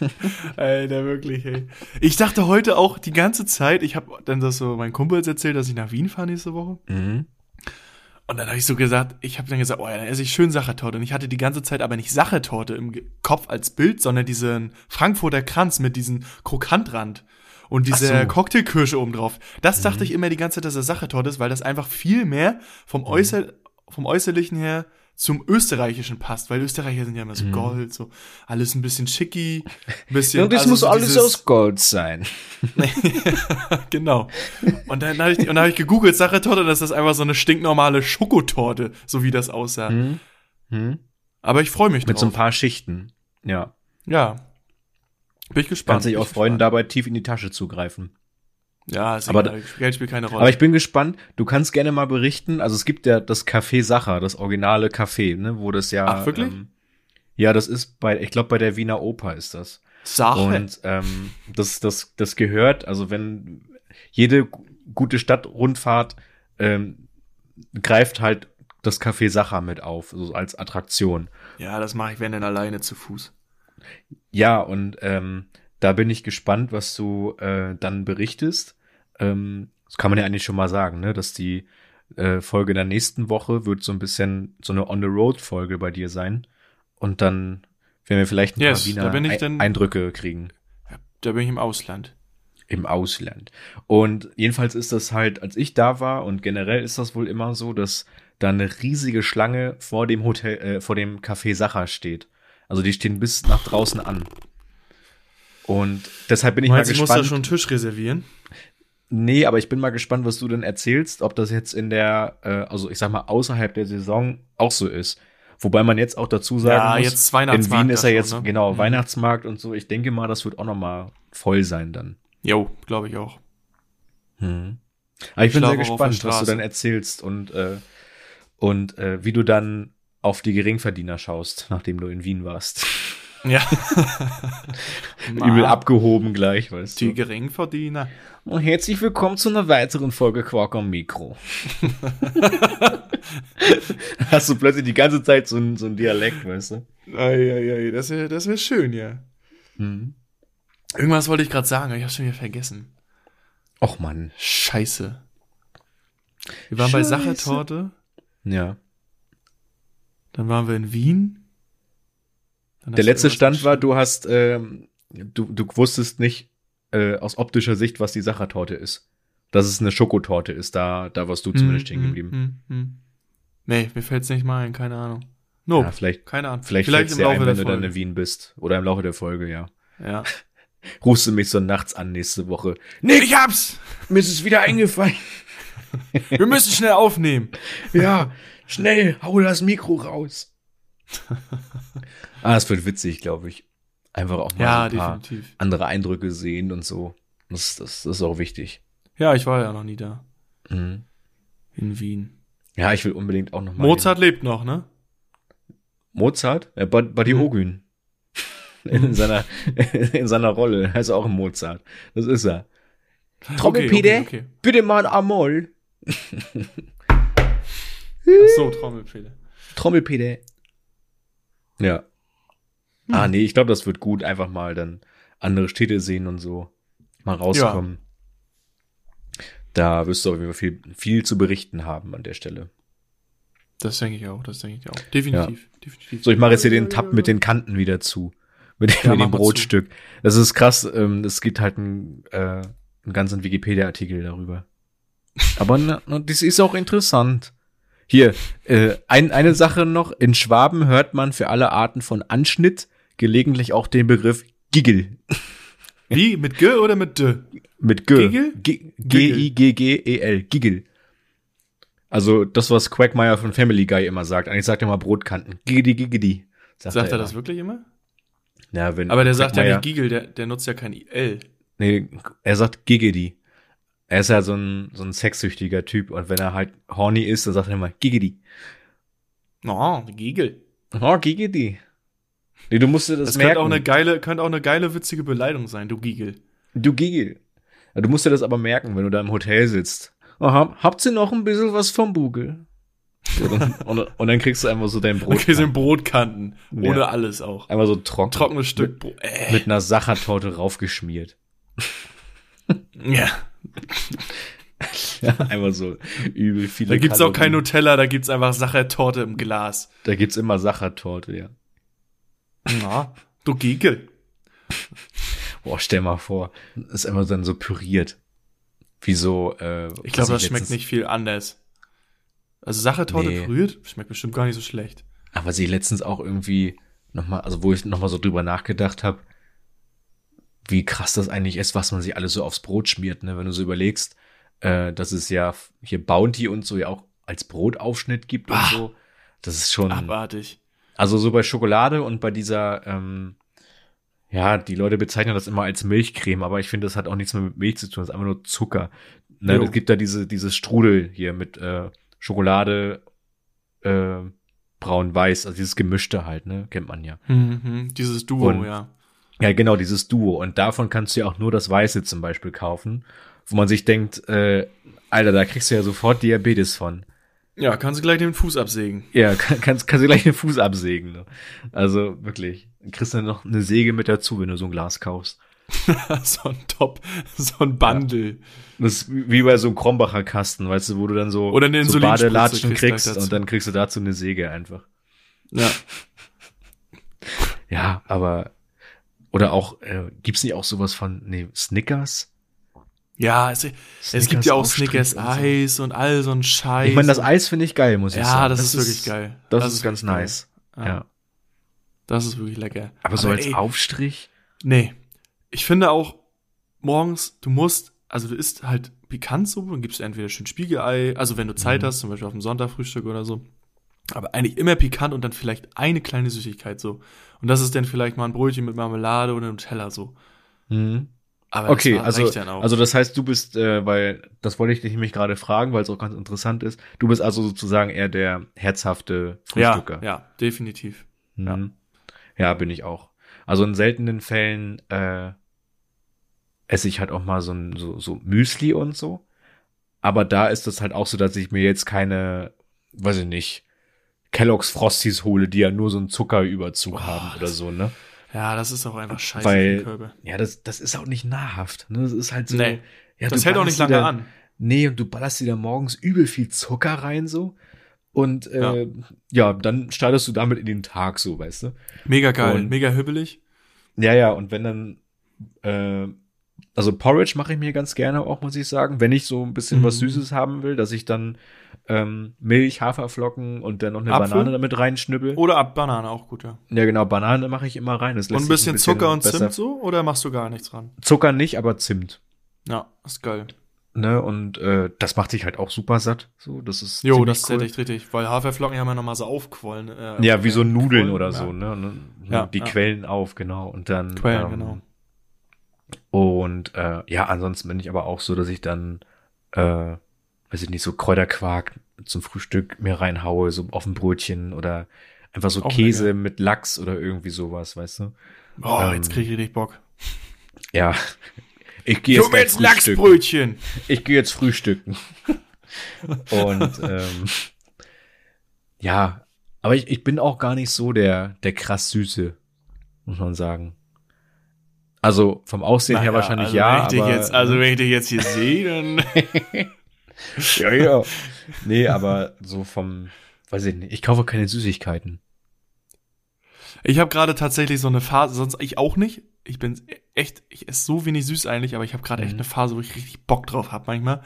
Speaker 7: Alter, wirklich, ey. Ich dachte heute auch die ganze Zeit, ich habe dann das so meinen Kumpels erzählt, dass ich nach Wien fahre nächste Woche.
Speaker 6: Mhm.
Speaker 7: Und Und dann habe ich so gesagt, ich habe dann gesagt, oh ja, dann esse ich schön Sachertorte. Und ich hatte die ganze Zeit aber nicht Sachertorte im Ge- Kopf als Bild, sondern diesen Frankfurter Kranz mit diesem Krokantrand und diese Cocktailkirsche oben drauf. Das dachte ich immer die ganze Zeit, dass das Sachertorte ist, weil das einfach viel mehr vom, Äußer vom Äußerlichen her zum Österreichischen passt, weil Österreicher sind ja immer so Gold, so alles ein bisschen schicki, ein bisschen.
Speaker 6: Mhm. Und das
Speaker 7: also
Speaker 6: muss
Speaker 7: so
Speaker 6: alles
Speaker 7: dieses-
Speaker 6: aus Gold sein.
Speaker 7: genau. Und dann habe ich, und dann hab ich gegoogelt, Sachertorte, dass das einfach so eine stinknormale Schokotorte, so wie das aussah.
Speaker 6: Hm?
Speaker 7: Aber ich freue mich
Speaker 6: Mhm. Mit so ein
Speaker 7: drauf.
Speaker 6: paar Schichten. Ja.
Speaker 7: ja. Bin ich gespannt.
Speaker 6: Kann sich auch
Speaker 7: Bin ich
Speaker 6: freuen,
Speaker 7: gespannt.
Speaker 6: dabei tief in die Tasche zugreifen.
Speaker 7: Ja, ist
Speaker 6: Aber
Speaker 7: egal. Geld spielt keine Rolle.
Speaker 6: Aber ich bin gespannt. Du kannst gerne mal berichten. Also es gibt ja das Café Sacher, das originale Café, ne, wo das ja.
Speaker 7: Ach, wirklich?
Speaker 6: Ähm, ja, das ist bei, ich glaube, bei der Wiener Oper ist das.
Speaker 7: Sache.
Speaker 6: Und ähm, das, das, das gehört, also wenn jede gu- gute Stadtrundfahrt ähm, greift halt das Café Sacher mit auf, so als Attraktion.
Speaker 7: ja, das mache ich, wenn denn alleine zu Fuß.
Speaker 6: Ja, und ähm, da bin ich gespannt, was du äh, dann berichtest. Ähm, das kann man ja eigentlich schon mal sagen, ne? dass die äh, Folge der nächsten Woche wird so ein bisschen so eine On-the-Road-Folge bei dir sein. Und dann werden wir vielleicht ein
Speaker 7: Yes,
Speaker 6: paar Wiener
Speaker 7: da bin ich
Speaker 6: Ei-
Speaker 7: dann-
Speaker 6: Eindrücke kriegen.
Speaker 7: Da bin ich im Ausland.
Speaker 6: Im Ausland. Und jedenfalls ist das halt, als ich da war, und generell ist das wohl immer so, dass da eine riesige Schlange vor dem Hotel, äh, vor dem Café Sacher steht. Also die stehen bis nach draußen an. Und deshalb bin ich
Speaker 7: Meinst du,
Speaker 6: mal
Speaker 7: ich muss da
Speaker 6: gespannt.
Speaker 7: schon einen Tisch reservieren?
Speaker 6: nee, aber ich bin mal gespannt, was du denn erzählst, ob das jetzt in der, äh, also ich sag mal, außerhalb der Saison auch so ist. Wobei man jetzt auch dazu sagen
Speaker 7: Ja,
Speaker 6: muss,
Speaker 7: jetzt Weihnachtsmarkt
Speaker 6: in Wien ist
Speaker 7: da
Speaker 6: ja
Speaker 7: schon,
Speaker 6: jetzt,
Speaker 7: ne?
Speaker 6: genau,
Speaker 7: Mhm.
Speaker 6: Weihnachtsmarkt und so. Ich denke mal, das wird auch nochmal voll sein dann.
Speaker 7: Jo, glaube ich auch. Hm.
Speaker 6: Mhm. Aber ich bin sehr
Speaker 7: Schlauch auf der
Speaker 6: gespannt, was du
Speaker 7: Straße.
Speaker 6: dann erzählst und, äh, und äh, wie du dann auf die Geringverdiener schaust, nachdem du in Wien warst.
Speaker 7: Ja.
Speaker 6: Übel abgehoben gleich, weißt
Speaker 7: Ah. Die
Speaker 6: du.
Speaker 7: Geringverdiener.
Speaker 6: Und herzlich willkommen zu einer weiteren Folge Quark am Mikro. Hast du plötzlich die ganze Zeit so einen so einen Dialekt, weißt du?
Speaker 7: Eieiei, das wäre das wär schön, ja. Hm.
Speaker 6: Mhm.
Speaker 7: Irgendwas wollte ich gerade sagen, aber ich habe schon wieder vergessen.
Speaker 6: Och Mann.
Speaker 7: Scheiße. Wir waren bei
Speaker 6: Scheiße.
Speaker 7: Sachertorte,
Speaker 6: Ja.
Speaker 7: dann waren wir in Wien. Dann
Speaker 6: Der
Speaker 7: hast du
Speaker 6: letzte
Speaker 7: irgendwas
Speaker 6: Stand war,
Speaker 7: gesch-
Speaker 6: du hast, ähm, du, du wusstest nicht äh, aus optischer Sicht, was die Sachertorte ist. Dass es eine Schokotorte ist, da, da warst du zumindest
Speaker 7: Hm,
Speaker 6: stehen geblieben.
Speaker 7: hm, hm, hm. Nee, mir fällt's nicht mal ein, keine Ahnung. Nope,
Speaker 6: Ja, vielleicht,
Speaker 7: keine Ahnung.
Speaker 6: Oh. vielleicht, vielleicht fällt dir ein, wenn du dann in Wien bist. Oder im Laufe der Folge, ja.
Speaker 7: Ja.
Speaker 6: Rufst du mich so nachts an nächste Woche.
Speaker 7: Nick, ich hab's!
Speaker 6: Mir ist es wieder eingefallen.
Speaker 7: Wir müssen schnell aufnehmen.
Speaker 6: ja, schnell, hau das Mikro raus. ah, es wird witzig, glaube ich. Einfach auch mal
Speaker 7: Ja,
Speaker 6: so ein paar
Speaker 7: definitiv.
Speaker 6: andere Eindrücke sehen und so. Das, das, das ist auch wichtig.
Speaker 7: Ja, ich war ja noch nie da.
Speaker 6: Mhm.
Speaker 7: In Wien.
Speaker 6: Ja, ich will unbedingt auch noch mal
Speaker 7: Mozart lebt noch, ne?
Speaker 6: Hin. Mozart? Äh, Bad- Buddy
Speaker 7: Mhm.
Speaker 6: Ogün. In seiner, in seiner Rolle. Er ist auch ein Mozart. Das ist er. Trommelpede,
Speaker 7: Okay, okay,
Speaker 6: bitte mal ein Amol.
Speaker 7: okay. Ach so, Trommelpede.
Speaker 6: Trommelpede. Ja. Ah, nee, ich glaube, das wird gut. Einfach mal dann andere Städte sehen und so. Mal rauskommen. Da wirst du auf jeden Fall viel, viel zu berichten haben an der Stelle.
Speaker 7: Das denke ich auch, das denke ich auch. Definitiv, definitiv.
Speaker 6: So, ich mache jetzt hier den Tab mit den Kanten wieder zu. Mit, mit
Speaker 7: Ja, mach
Speaker 6: dem
Speaker 7: mal zu.
Speaker 6: Brotstück. Das ist krass. Ähm, es gibt halt einen, äh, einen ganzen Wikipedia-Artikel darüber. Aber na, na, das ist auch interessant. Hier, äh, ein, eine Sache noch. In Schwaben hört man für alle Arten von Anschnitt gelegentlich auch den Begriff Gigel.
Speaker 7: Wie? Mit G oder mit D?
Speaker 6: Mit G.
Speaker 7: Gigel?
Speaker 6: G-
Speaker 7: Gigel.
Speaker 6: G-I-G-G-E-L. Gigel. Also das, was Quagmire von Family Guy immer sagt. Eigentlich sagt er mal Brotkanten. Gigidi, gigidi.
Speaker 7: Sagt er
Speaker 6: immer.
Speaker 7: das wirklich immer?
Speaker 6: Ja, wenn
Speaker 7: Aber der sagt ja
Speaker 6: Quagmire-
Speaker 7: nicht Giegel, der, der nutzt ja kein L.
Speaker 6: Nee, er sagt Giggedy. Er ist ja so ein, so ein sexsüchtiger Typ und wenn er halt horny ist, dann sagt er immer Giggedy.
Speaker 7: No, Giegel.
Speaker 6: Oh, Giggedy. Nee, du musst dir das,
Speaker 7: Das
Speaker 6: merken.
Speaker 7: könnte auch, eine geile, könnte auch eine geile, witzige Beleidigung sein, du Giegel.
Speaker 6: du Giggel. Ja, Du musst dir das aber merken, wenn du da im Hotel sitzt. Oh, hab, habt ihr noch ein bisschen was vom Bugel? So, dann, und, und dann kriegst du einfach so dein Brot.
Speaker 7: Okay, sind Brotkanten.
Speaker 6: Ja.
Speaker 7: Ohne alles auch.
Speaker 6: Einmal so trocken.
Speaker 7: Trockenes Stück Brot. Äh.
Speaker 6: Mit einer
Speaker 7: Äh,
Speaker 6: Sachertorte raufgeschmiert.
Speaker 7: Ja.
Speaker 6: ja, einmal so übel viele.
Speaker 7: Da gibt's auch kein
Speaker 6: Kalorien.
Speaker 7: Nutella, da gibt's einfach Sachertorte im Glas.
Speaker 6: Da gibt's immer Sachertorte, ja.
Speaker 7: Na, du Gegel.
Speaker 6: Boah, stell mal vor, ist immer dann so püriert. Wie so, äh,
Speaker 7: Ich
Speaker 6: was
Speaker 7: glaube, das schmeckt
Speaker 6: letztens-
Speaker 7: nicht viel anders. Also Sachertorte
Speaker 6: Nee.
Speaker 7: püriert, schmeckt bestimmt gar nicht so schlecht.
Speaker 6: Aber sie Ah, letztens auch irgendwie nochmal, also wo ich nochmal so drüber nachgedacht habe, wie krass das eigentlich ist, was man sich alles so aufs Brot schmiert, ne? Wenn du so überlegst, äh, dass es ja f- hier Bounty und so ja auch als Brotaufschnitt gibt
Speaker 7: Ah.
Speaker 6: und so. Das ist schon.
Speaker 7: Abartig.
Speaker 6: Also so bei Schokolade und bei dieser, ähm, ja, die Leute bezeichnen das immer als Milchcreme, aber ich finde, das hat auch nichts mehr mit Milch zu tun, das ist einfach nur Zucker. Ne,
Speaker 7: Jo.
Speaker 6: es gibt da diese, dieses Strudel hier mit äh, Schokolade, äh, braun-weiß, also dieses Gemischte halt, ne, kennt man ja.
Speaker 7: Mhm, dieses Duo,
Speaker 6: Und-
Speaker 7: ja.
Speaker 6: Ja, genau, dieses Duo. Und davon kannst du ja auch nur das Weiße zum Beispiel kaufen, wo man sich denkt, äh, Alter, da kriegst du ja sofort Diabetes von.
Speaker 7: Ja, kannst du gleich den Fuß absägen.
Speaker 6: Ja, kann, kannst, kannst du gleich den Fuß absägen. Ne? Also wirklich. Kriegst dann noch eine Säge mit dazu, wenn du so ein Glas kaufst.
Speaker 7: so ein Top, so ein Bundle.
Speaker 6: Das ist wie wie bei so einem Krombacher Kasten, weißt du, wo du dann so,
Speaker 7: Oder eine
Speaker 6: so
Speaker 7: Insulinspritze
Speaker 6: Badelatschen
Speaker 7: kriegst gleich
Speaker 6: kriegst
Speaker 7: dazu.
Speaker 6: und dann kriegst du dazu eine Säge einfach.
Speaker 7: Ja.
Speaker 6: Ja, aber oder auch, äh, gibt's nicht auch sowas von, nee, Snickers?
Speaker 7: Ja, es, es gibt
Speaker 6: Snickers
Speaker 7: ja auch
Speaker 6: Aufstrich
Speaker 7: Snickers
Speaker 6: und so.
Speaker 7: Eis und all so ein Scheiß.
Speaker 6: Ich meine, das Eis finde ich geil, muss ich sagen.
Speaker 7: Ja, das, ist wirklich geil.
Speaker 6: Das, ist, ganz
Speaker 7: wirklich
Speaker 6: nice.
Speaker 7: geil.
Speaker 6: Ja.
Speaker 7: Das ist wirklich lecker.
Speaker 6: Aber so als
Speaker 7: ey,
Speaker 6: Aufstrich?
Speaker 7: Nee. Ich finde auch, morgens, du musst, also du isst halt Pikanzsuppe und gibst entweder schön Spiegelei, also wenn du Zeit
Speaker 6: Mhm.
Speaker 7: hast, zum Beispiel auf dem Sonntagfrühstück oder so. Aber eigentlich immer pikant und dann vielleicht eine kleine Süßigkeit so. Und das ist dann vielleicht mal ein Brötchen mit Marmelade oder Nutella so.
Speaker 6: Mhm.
Speaker 7: Aber
Speaker 6: Okay,
Speaker 7: war-
Speaker 6: also,
Speaker 7: reicht dann auch.
Speaker 6: also das heißt, du bist, äh, weil das wollte ich dich nämlich gerade fragen, weil es auch ganz interessant ist. Du bist also sozusagen eher der herzhafte
Speaker 7: ja,
Speaker 6: Frühstücker.
Speaker 7: ja, definitiv.
Speaker 6: ja. Mhm. ja bin ich auch. Also in seltenen Fällen äh, esse ich halt auch mal so ein so, so Müsli und so. Aber da ist das halt auch so, dass ich mir jetzt keine, weiß ich nicht, Kellogg's Frosties hole, die ja nur so einen Zuckerüberzug haben oder so, ne?
Speaker 7: Ja, das ist auch einfach scheiße für den
Speaker 6: Weil,
Speaker 7: Körper.
Speaker 6: ja, das, das ist auch nicht nahrhaft. Ne? Das ist halt so.
Speaker 7: Nee.
Speaker 6: ja,
Speaker 7: Das
Speaker 6: du
Speaker 7: hält auch
Speaker 6: ballerst
Speaker 7: nicht lange
Speaker 6: dir da,
Speaker 7: an.
Speaker 6: Nee, und du ballerst dir da morgens übel viel Zucker rein so. Und äh, ja. dann startest du damit in den Tag so, weißt du?
Speaker 7: Mega geil,
Speaker 6: Und-
Speaker 7: mega hübbelig.
Speaker 6: Ja, ja, und wenn dann, äh, also Porridge mache ich mir ganz gerne auch, muss ich sagen, wenn ich so ein bisschen was
Speaker 7: Mhm.
Speaker 6: Süßes haben will, dass ich dann ähm, Milch, Haferflocken und dann noch eine
Speaker 7: Apfel?
Speaker 6: Banane damit reinschnippel.
Speaker 7: Oder ab Banane auch gut, ja.
Speaker 6: Ja, genau, Banane mache ich immer rein. Das lässt
Speaker 7: Und ein
Speaker 6: sich
Speaker 7: bisschen, Zucker und
Speaker 6: besser-
Speaker 7: Zimt so? Oder machst du gar nichts dran?
Speaker 6: Zucker nicht, aber Zimt.
Speaker 7: Ja, ist geil.
Speaker 6: Ne, und äh, das macht dich halt auch super satt. So, das ist
Speaker 7: Jo,
Speaker 6: ziemlich
Speaker 7: das ist richtig, richtig. Weil Haferflocken haben ja nochmal so aufquollen. Äh,
Speaker 6: Ja, wie so
Speaker 7: äh,
Speaker 6: Nudeln
Speaker 7: Quollen,
Speaker 6: oder
Speaker 7: ja.
Speaker 6: so, ne? ne?
Speaker 7: Ja,
Speaker 6: die
Speaker 7: ja.
Speaker 6: Quellen auf, genau. Und dann.
Speaker 7: Quellen, genau.
Speaker 6: Und äh, ja, ansonsten bin ich aber auch so, dass ich dann, äh, weiß ich nicht, so Kräuterquark zum Frühstück mir reinhaue, so auf ein Brötchen oder einfach so
Speaker 7: Auch
Speaker 6: Käse mit Lachs oder irgendwie sowas, weißt du?
Speaker 7: Oh,
Speaker 6: Ähm,
Speaker 7: jetzt krieg ich richtig Bock.
Speaker 6: Ja. Ich gehe jetzt,
Speaker 7: Ich hol
Speaker 6: gleich
Speaker 7: mir jetzt
Speaker 6: frühstücken.
Speaker 7: Lachsbrötchen.
Speaker 6: Ich gehe jetzt frühstücken. Und ähm, ja, aber ich, ich bin auch gar nicht so der, der krass Süße, muss man sagen. Also vom Aussehen her
Speaker 7: Naja,
Speaker 6: wahrscheinlich
Speaker 7: also
Speaker 6: ja.
Speaker 7: Wenn ich
Speaker 6: aber,
Speaker 7: dich jetzt, also wenn ich dich jetzt hier sehe, dann.
Speaker 6: ja, ja. Nee, aber so vom, weiß ich nicht, ich kaufe keine Süßigkeiten.
Speaker 7: Ich habe gerade tatsächlich so eine Phase, sonst ich auch nicht. Ich bin echt, ich esse so wenig süß eigentlich, aber ich habe gerade echt
Speaker 6: Mhm.
Speaker 7: eine Phase, wo ich richtig Bock drauf habe manchmal.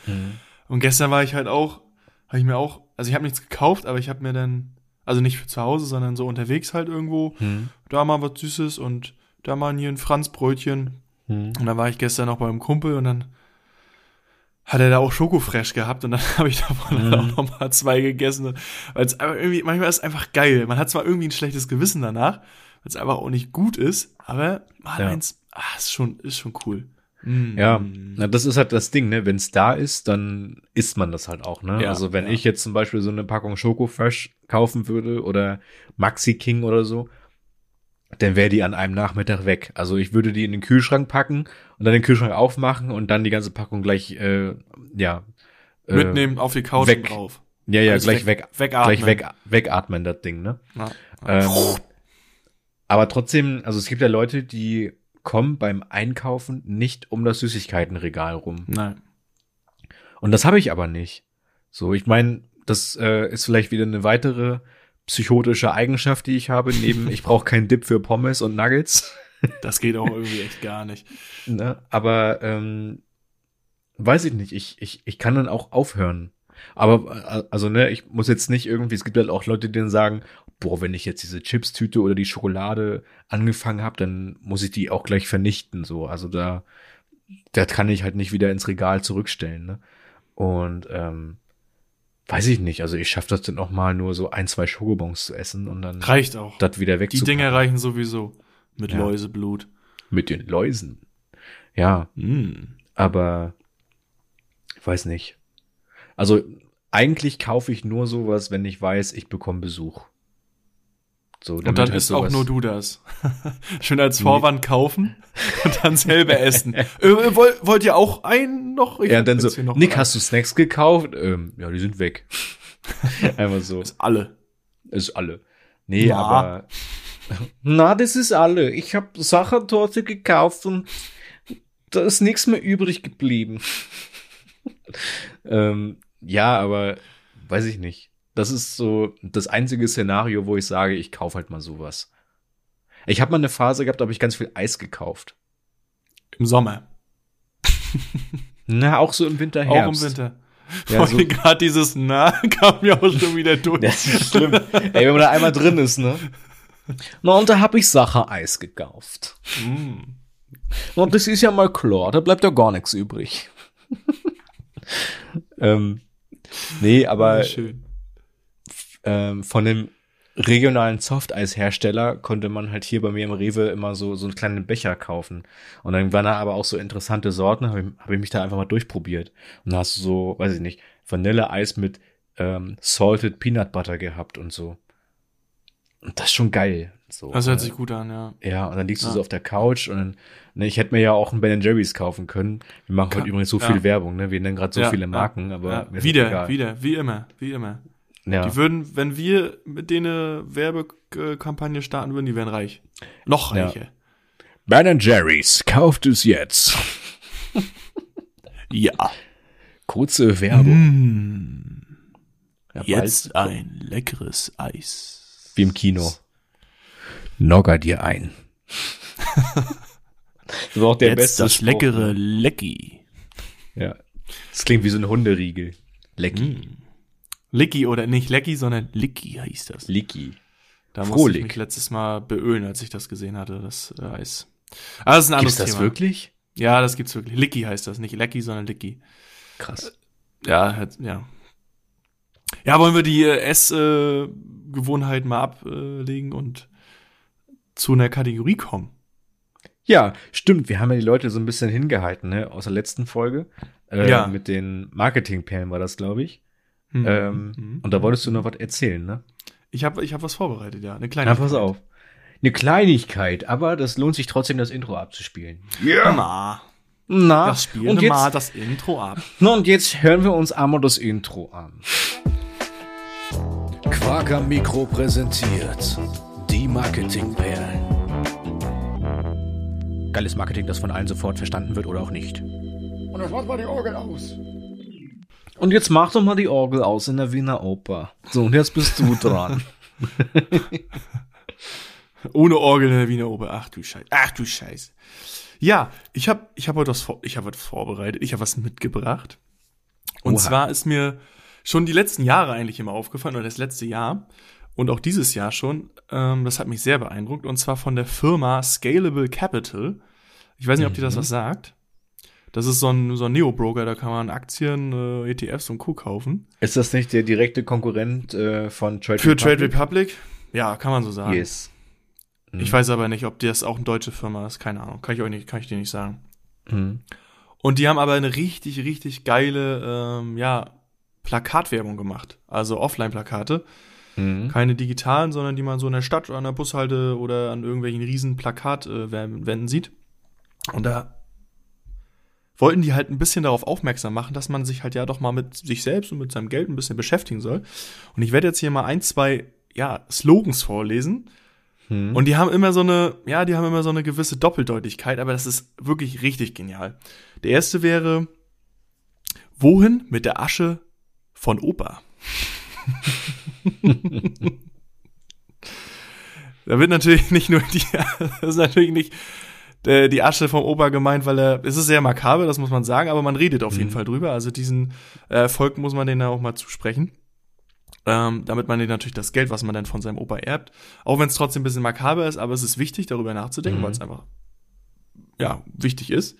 Speaker 7: Und gestern war ich halt auch, habe ich mir auch, also ich habe nichts gekauft, aber ich habe mir dann, also nicht für zu Hause, sondern so unterwegs halt irgendwo,
Speaker 6: Hm.
Speaker 7: da mal was Süßes und da mal hier ein Franzbrötchen.
Speaker 6: Hm.
Speaker 7: Und dann war ich gestern noch bei einem Kumpel und dann hat er da auch Schokofresh gehabt und dann habe ich davon
Speaker 6: Mhm.
Speaker 7: dann auch nochmal zwei gegessen. Weil es einfach irgendwie, manchmal ist es einfach geil. Man hat zwar irgendwie ein schlechtes Gewissen danach, weil es einfach auch nicht gut ist, aber mal
Speaker 6: Ja.
Speaker 7: eins, ah, ist schon, ist schon cool. Mm.
Speaker 6: Ja, na, das ist halt das Ding, ne? Wenn es da ist, dann isst man das halt auch, ne?
Speaker 7: Ja,
Speaker 6: also wenn
Speaker 7: ja.
Speaker 6: ich jetzt zum Beispiel so eine Packung Schoko Fresh kaufen würde oder Maxi King oder so, dann wäre die an einem Nachmittag weg. Also ich würde die in den Kühlschrank packen und dann den Kühlschrank aufmachen und dann die ganze Packung gleich, äh, ja. äh,
Speaker 7: Mitnehmen auf die Couch
Speaker 6: weg.
Speaker 7: und drauf.
Speaker 6: Ja, ja,
Speaker 7: Alles
Speaker 6: gleich
Speaker 7: weg-
Speaker 6: weg,
Speaker 7: wegatmen.
Speaker 6: gleich weg, wegatmen, das Ding, ne?
Speaker 7: Ja.
Speaker 6: Ähm, aber trotzdem, also es gibt ja Leute, die kommen beim Einkaufen nicht um das Süßigkeitenregal rum.
Speaker 7: Nein.
Speaker 6: Und Und das habe ich aber nicht. So, ich meine, das äh, ist vielleicht wieder eine weitere psychotische Eigenschaft, die ich habe, neben ich brauche keinen Dip für Pommes und Nuggets.
Speaker 7: Das geht auch irgendwie echt gar nicht.
Speaker 6: Ne? Aber ähm, weiß ich nicht, ich, ich, ich kann dann auch aufhören. Aber äh, also ne, ich muss jetzt nicht irgendwie, es gibt halt auch Leute, die dann sagen, boah, wenn ich jetzt diese Chips-Tüte oder die Schokolade angefangen habe, dann muss ich die auch gleich vernichten. So, also da, das kann ich halt nicht wieder ins Regal zurückstellen. Ne? Und ähm, weiß ich nicht, also ich schaffe das dann auch mal nur so ein, zwei Schokobons zu essen und dann
Speaker 7: Reicht auch.
Speaker 6: das wieder
Speaker 7: Die
Speaker 6: wegzupacken.
Speaker 7: Dinge reichen sowieso. Mit
Speaker 6: Ja.
Speaker 7: Läuseblut.
Speaker 6: mit den Läusen. Ja,
Speaker 7: Mm.
Speaker 6: aber ich weiß nicht. Also eigentlich kaufe ich nur sowas, wenn ich weiß, ich bekomme Besuch. So,
Speaker 7: Und
Speaker 6: damit
Speaker 7: dann
Speaker 6: halt
Speaker 7: isst auch
Speaker 6: sowas-
Speaker 7: nur du das. Schön als Vorwand kaufen und dann selber essen. äh, wollt, wollt ihr auch einen noch? Ich
Speaker 6: Ja,
Speaker 7: hab
Speaker 6: dann
Speaker 7: jetzt
Speaker 6: so,
Speaker 7: hier noch
Speaker 6: Nick,
Speaker 7: einen.
Speaker 6: hast du Snacks gekauft? Ähm, ja, die sind weg. Einfach so,
Speaker 7: Ist alle.
Speaker 6: ist alle. Nee,
Speaker 7: Na.
Speaker 6: aber. Na, das ist alle. Ich habe Sachertorte gekauft und da ist nichts mehr übrig geblieben. ähm, ja, aber weiß ich nicht. Das ist so das einzige Szenario, wo ich sage, ich kaufe halt mal sowas. Ich habe mal eine Phase gehabt, da habe ich ganz viel Eis gekauft.
Speaker 7: Im Sommer.
Speaker 6: Na, auch so im Winter,
Speaker 7: Auch im
Speaker 6: Herbst.
Speaker 7: Winter.
Speaker 6: Ja,
Speaker 7: Ja,
Speaker 6: so-
Speaker 7: gerade dieses Na kam ja auch schon wieder durch.
Speaker 6: Das ist schlimm. Ey, wenn man da einmal drin ist, ne? Na, und da habe ich Sacher Eis gekauft.
Speaker 7: Mm.
Speaker 6: Na, Und das ist ja mal klar, da bleibt ja gar nichts übrig. ähm, nee, aber
Speaker 7: Schön.
Speaker 6: ähm, von dem regionalen Softeishersteller konnte man halt hier bei mir im Rewe immer so, so einen kleinen Becher kaufen. Und dann waren da aber auch so interessante Sorten, habe ich, hab ich mich da einfach mal durchprobiert. Und da hast du so, weiß ich nicht, Vanilleeis mit ähm, Salted Peanut Butter gehabt und so. Und das ist schon geil. So,
Speaker 7: Das hört
Speaker 6: äh,
Speaker 7: sich gut an, ja.
Speaker 6: ja, und dann liegst du
Speaker 7: Ja.
Speaker 6: so auf der Couch und dann, ne, ich hätte mir ja auch einen Ben Jerry's kaufen können. Wir machen
Speaker 7: Ka-
Speaker 6: heute übrigens so
Speaker 7: ja.
Speaker 6: viel Werbung, ne? Wir nennen gerade so
Speaker 7: ja,
Speaker 6: viele Marken, aber
Speaker 7: ja.
Speaker 6: mir ist
Speaker 7: wieder,
Speaker 6: das egal.
Speaker 7: wieder, wie immer, wie immer.
Speaker 6: Ja.
Speaker 7: Die würden, wenn wir mit denen eine Werbekampagne starten würden, die wären reich. Noch
Speaker 6: Ja.
Speaker 7: reicher.
Speaker 6: Ben Jerry's, kauft es jetzt.
Speaker 7: Ja.
Speaker 6: Kurze Werbung. Hm. Ja,
Speaker 7: Jetzt
Speaker 6: bald.
Speaker 7: ein leckeres Eis.
Speaker 6: Wie im Kino. Nogger dir ein. das war auch der
Speaker 7: Jetzt
Speaker 6: beste
Speaker 7: das
Speaker 6: Spruch.
Speaker 7: leckere Lecki.
Speaker 6: Ja. Das klingt wie so ein Hunderiegel. Lecky.
Speaker 7: Licki oder nicht Lecki, sondern Licki hieß das.
Speaker 6: Licky.
Speaker 7: Da musste
Speaker 6: Frohlick.
Speaker 7: ich mich letztes Mal beölen, als ich das gesehen hatte, das äh, Eis. Aber das ist ein anderes
Speaker 6: Ist das
Speaker 7: Thema.
Speaker 6: wirklich?
Speaker 7: Ja, das gibt's wirklich. Licky heißt das, nicht Lecky, sondern Licky.
Speaker 6: Krass.
Speaker 7: Ja, hat- ja. Ja, wollen wir die äh, Essgewohnheiten mal ablegen und zu einer Kategorie kommen?
Speaker 6: Ja, stimmt. Wir haben ja die Leute so ein bisschen hingehalten, ne? Aus der letzten Folge. Äh,
Speaker 7: Ja.
Speaker 6: Mit den Marketingperlen war das, glaube ich.
Speaker 7: Hm.
Speaker 6: Ähm,
Speaker 7: Mhm.
Speaker 6: Und da wolltest du noch was erzählen, ne?
Speaker 7: ich habe ich hab was vorbereitet, ja. Eine kleine.
Speaker 6: Na, pass auf. Eine Kleinigkeit, aber das lohnt sich trotzdem, das Intro abzuspielen.
Speaker 7: Na,
Speaker 6: Na,
Speaker 7: das Spiel
Speaker 6: und
Speaker 7: mal
Speaker 6: jetzt,
Speaker 7: das Intro ab.
Speaker 6: na, und jetzt hören wir uns einmal das Intro an.
Speaker 5: Quark am Mikro präsentiert die Marketingperlen.
Speaker 6: Geiles Marketing, das von allen sofort verstanden wird oder auch nicht. Und jetzt mach doch mal die Orgel aus in der Wiener Oper. So, und jetzt bist du dran.
Speaker 7: Ohne Orgel in der Wiener Oper. Ach du Scheiße. Ach du Scheiße. Ja, ich habe ich hab heute was, vor, ich hab was vorbereitet. Ich habe was mitgebracht. Und
Speaker 6: Oha.
Speaker 7: zwar ist mir schon die letzten Jahre eigentlich immer aufgefallen, oder das letzte Jahr und auch dieses Jahr schon. Ähm, das hat mich sehr beeindruckt. Und zwar von der Firma Scalable Capital. Ich weiß nicht, ob dir das was sagt. Das ist so ein, so ein Neo-Broker, da kann man Aktien, äh, ETFs und Co. kaufen.
Speaker 6: Ist das nicht der direkte Konkurrent äh, von Trade
Speaker 7: Für
Speaker 6: Republic?
Speaker 7: Trade Republic? Ja, kann man so sagen.
Speaker 6: Yes.
Speaker 7: Ich weiß aber nicht, ob das auch eine deutsche Firma ist. Keine Ahnung. Kann ich euch nicht, kann ich dir nicht sagen.
Speaker 6: Mhm.
Speaker 7: Und die haben aber eine richtig, richtig geile, ähm, ja, Plakatwerbung gemacht. Also Offline-Plakate.
Speaker 6: Mhm.
Speaker 7: Keine digitalen, sondern die man so in der Stadt oder an der Bushalte oder an irgendwelchen riesen Plakatwänden sieht. Und da wollten die halt ein bisschen darauf aufmerksam machen, dass man sich halt ja doch mal mit sich selbst und mit seinem Geld ein bisschen beschäftigen soll. Und ich werde jetzt hier mal ein, zwei, ja, Slogans vorlesen. Und die haben immer so eine, ja, die haben immer so eine gewisse Doppeldeutigkeit, aber das ist wirklich richtig genial. Der erste wäre Wohin mit der Asche von Opa? da wird natürlich nicht nur die, das ist natürlich nicht äh, die Asche vom Opa gemeint, weil er, es ist sehr makaber, das muss man sagen, aber man redet auf jeden Fall drüber. Also diesen äh, Erfolg muss man denen auch mal zusprechen. Ähm, damit man denen natürlich das Geld, was man dann von seinem Opa erbt, auch wenn es trotzdem ein bisschen makaber ist, aber es ist wichtig, darüber nachzudenken, weil es einfach, ja, wichtig ist.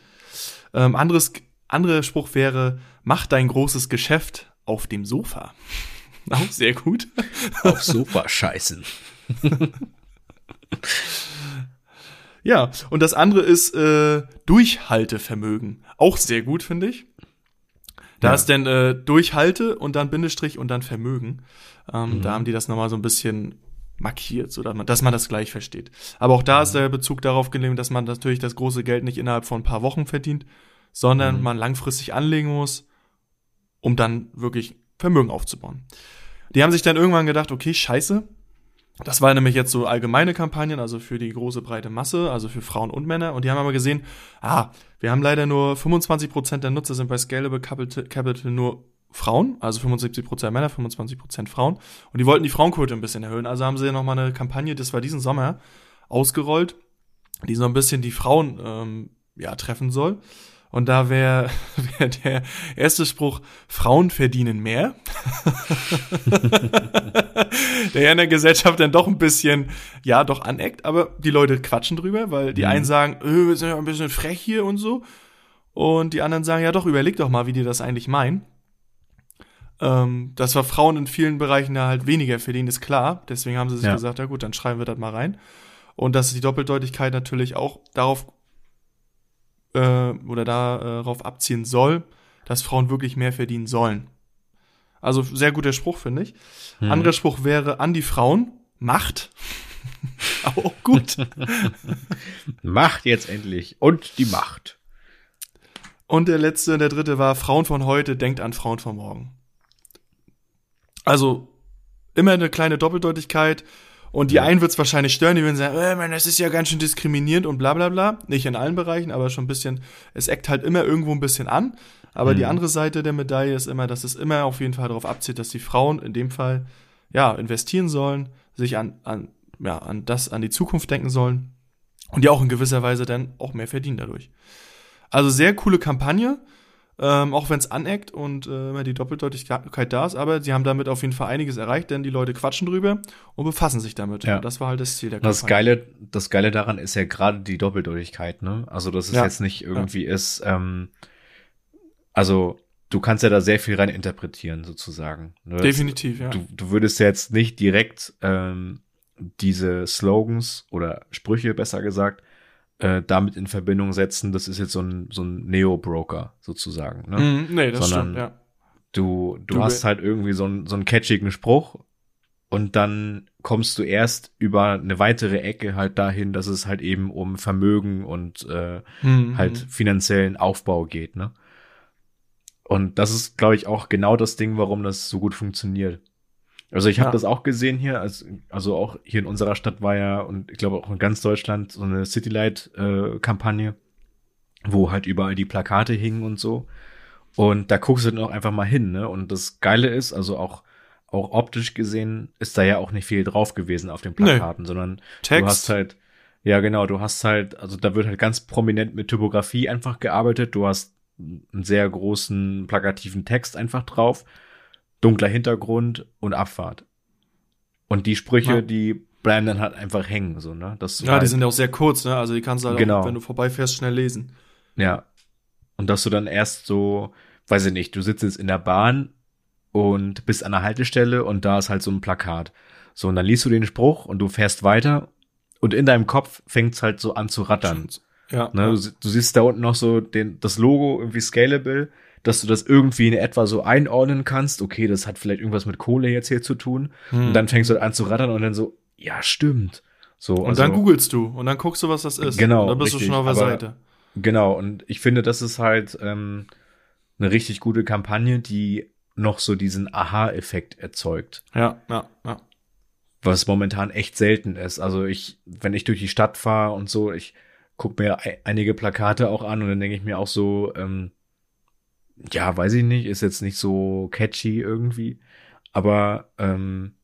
Speaker 7: Ähm, anderes, anderer Spruch wäre, mach dein großes Geschäft auf dem Sofa. Auch sehr gut.
Speaker 6: Auf Sofa scheißen.
Speaker 7: Ja, und das andere ist äh, Durchhaltevermögen. Auch sehr gut, finde ich. Da ist dann äh, Durchhalte und dann Bindestrich und dann Vermögen. Ähm, Da haben die das nochmal so ein bisschen markiert, so dass man, dass man das gleich versteht. Aber auch da ist der Bezug darauf gelegt, dass man natürlich das große Geld nicht innerhalb von ein paar Wochen verdient, sondern man langfristig anlegen muss, um dann wirklich Vermögen aufzubauen. Die haben sich dann irgendwann gedacht, okay, scheiße, das war nämlich jetzt so allgemeine Kampagnen, also für die große breite Masse, also für Frauen und Männer. Und die haben aber gesehen, ah, wir haben leider nur 25% der Nutzer sind bei Scalable Capital, Capital nur Frauen, also 75% Männer, 25% Frauen. Und die wollten die Frauenquote ein bisschen erhöhen. Also haben sie nochmal eine Kampagne, das war diesen Sommer, ausgerollt, die so ein bisschen die Frauen ähm, ja, treffen soll. Und da wäre wär der erste Spruch, Frauen verdienen mehr der in der Gesellschaft dann doch ein bisschen, ja, doch aneckt, aber die Leute quatschen drüber, weil die einen sagen, äh, wir sind ja ein bisschen frech hier und so. Und die anderen sagen, ja doch, überleg doch mal, wie die das eigentlich meinen. Ähm, dass wir Frauen in vielen Bereichen da halt weniger verdienen, ist klar. Deswegen haben sie sich
Speaker 6: Ja.
Speaker 7: gesagt, ja gut, dann schreiben wir das mal rein. Und dass die Doppeldeutigkeit natürlich auch darauf äh, oder darauf abziehen soll, dass Frauen wirklich mehr verdienen sollen. Also sehr guter Spruch, finde ich. Anderer Spruch wäre an die Frauen, Macht. Auch gut.
Speaker 6: Macht jetzt endlich. Und die Macht.
Speaker 7: Und der letzte, der dritte war Frauen von heute, denkt an Frauen von morgen. Also immer eine kleine Doppeldeutigkeit. Und die einen wird es wahrscheinlich stören, die würden sagen, äh, man, das ist ja ganz schön diskriminierend und bla bla bla. Nicht in allen Bereichen, aber schon ein bisschen, es eckt halt immer irgendwo ein bisschen an. Aber die andere Seite der Medaille ist immer, dass es immer auf jeden Fall darauf abzielt, dass die Frauen in dem Fall ja investieren sollen, sich an, an, ja, an das, an die Zukunft denken sollen und die auch in gewisser Weise dann auch mehr verdienen dadurch. Also sehr coole Kampagne, ähm, auch wenn es aneckt und äh, immer die Doppeldeutigkeit da ist, aber sie haben damit auf jeden Fall einiges erreicht, denn die Leute quatschen drüber und befassen sich damit.
Speaker 6: Ja.
Speaker 7: Und Das war halt das Ziel der Kampagne.
Speaker 6: Das Geile, das Geile daran ist ja gerade die Doppeldeutigkeit, ne? Also, dass es
Speaker 7: Ja.
Speaker 6: jetzt nicht irgendwie ist, ähm, also, du kannst ja da sehr viel rein interpretieren, sozusagen. Ne?
Speaker 7: Definitiv, ja.
Speaker 6: du, du würdest jetzt nicht direkt ähm, diese Slogans oder Sprüche, besser gesagt, äh, damit in Verbindung setzen, das ist jetzt so ein, so ein Neo-Broker sozusagen. Ne?
Speaker 7: Mhm, nee, das
Speaker 6: Sondern-
Speaker 7: stimmt, ja.
Speaker 6: Du, du
Speaker 7: Du-
Speaker 6: hast halt irgendwie so einen, so einen catchigen Spruch und dann kommst du erst über eine weitere Ecke halt dahin, dass es halt eben um Vermögen und äh,
Speaker 7: Mhm.
Speaker 6: halt finanziellen Aufbau geht. Ne? Und das ist, glaube ich, auch genau das Ding, warum das so gut funktioniert. Also ich habe
Speaker 7: Ja.
Speaker 6: das auch gesehen hier, als, also auch hier in unserer Stadt war ja und ich glaube auch in ganz Deutschland so eine Citylight-Kampagne, wo halt überall die Plakate hingen und so. Und da guckst du dann auch einfach mal hin, ne? Und das Geile ist, also auch, auch optisch gesehen, ist da ja auch nicht viel drauf gewesen auf den
Speaker 7: Nee.
Speaker 6: Plakaten, sondern
Speaker 7: Text.
Speaker 6: Du hast halt, ja genau, du hast halt, also da wird halt ganz prominent mit Typografie einfach gearbeitet. Du hast einen sehr großen plakativen Text einfach drauf, dunkler Hintergrund und Abfahrt. Und die Sprüche,
Speaker 7: Ja.
Speaker 6: die bleiben dann halt einfach hängen, so, ne? Dass du
Speaker 7: ja,
Speaker 6: halt,
Speaker 7: die sind ja auch sehr kurz, ne? Also die kannst du halt
Speaker 6: Genau.
Speaker 7: auch, wenn du vorbeifährst, schnell lesen.
Speaker 6: Ja. Und dass du dann erst so, weiß ich nicht, du sitzt jetzt in der Bahn und bist an der Haltestelle und da ist halt so ein Plakat. So, und dann liest du den Spruch und du fährst weiter und in deinem Kopf fängt's halt so an zu rattern.
Speaker 7: Ja.
Speaker 6: Ne, du, si- du siehst da unten noch so den, das Logo irgendwie scalable, dass du das irgendwie in etwa so einordnen kannst. Okay, das hat vielleicht irgendwas mit Kohle jetzt hier zu tun.
Speaker 7: Mhm. Hm.
Speaker 6: Und dann fängst du halt an zu rattern und dann so, ja, stimmt. So, also
Speaker 7: Und dann googelst du und dann guckst du, was das ist.
Speaker 6: Genau,
Speaker 7: Und dann bist
Speaker 6: richtig,
Speaker 7: du schon auf der
Speaker 6: aber-
Speaker 7: Seite.
Speaker 6: Genau, und ich finde, das ist halt ähm, eine richtig gute Kampagne, die noch so diesen Aha-Effekt erzeugt,
Speaker 7: Ja, ja, ja.
Speaker 6: was momentan echt selten ist. Also ich, wenn ich durch die Stadt fahre und so, ich gucke mir ei- einige Plakate auch an und dann denke ich mir auch so, ähm, ja, weiß ich nicht, ist jetzt nicht so catchy irgendwie, aber ähm,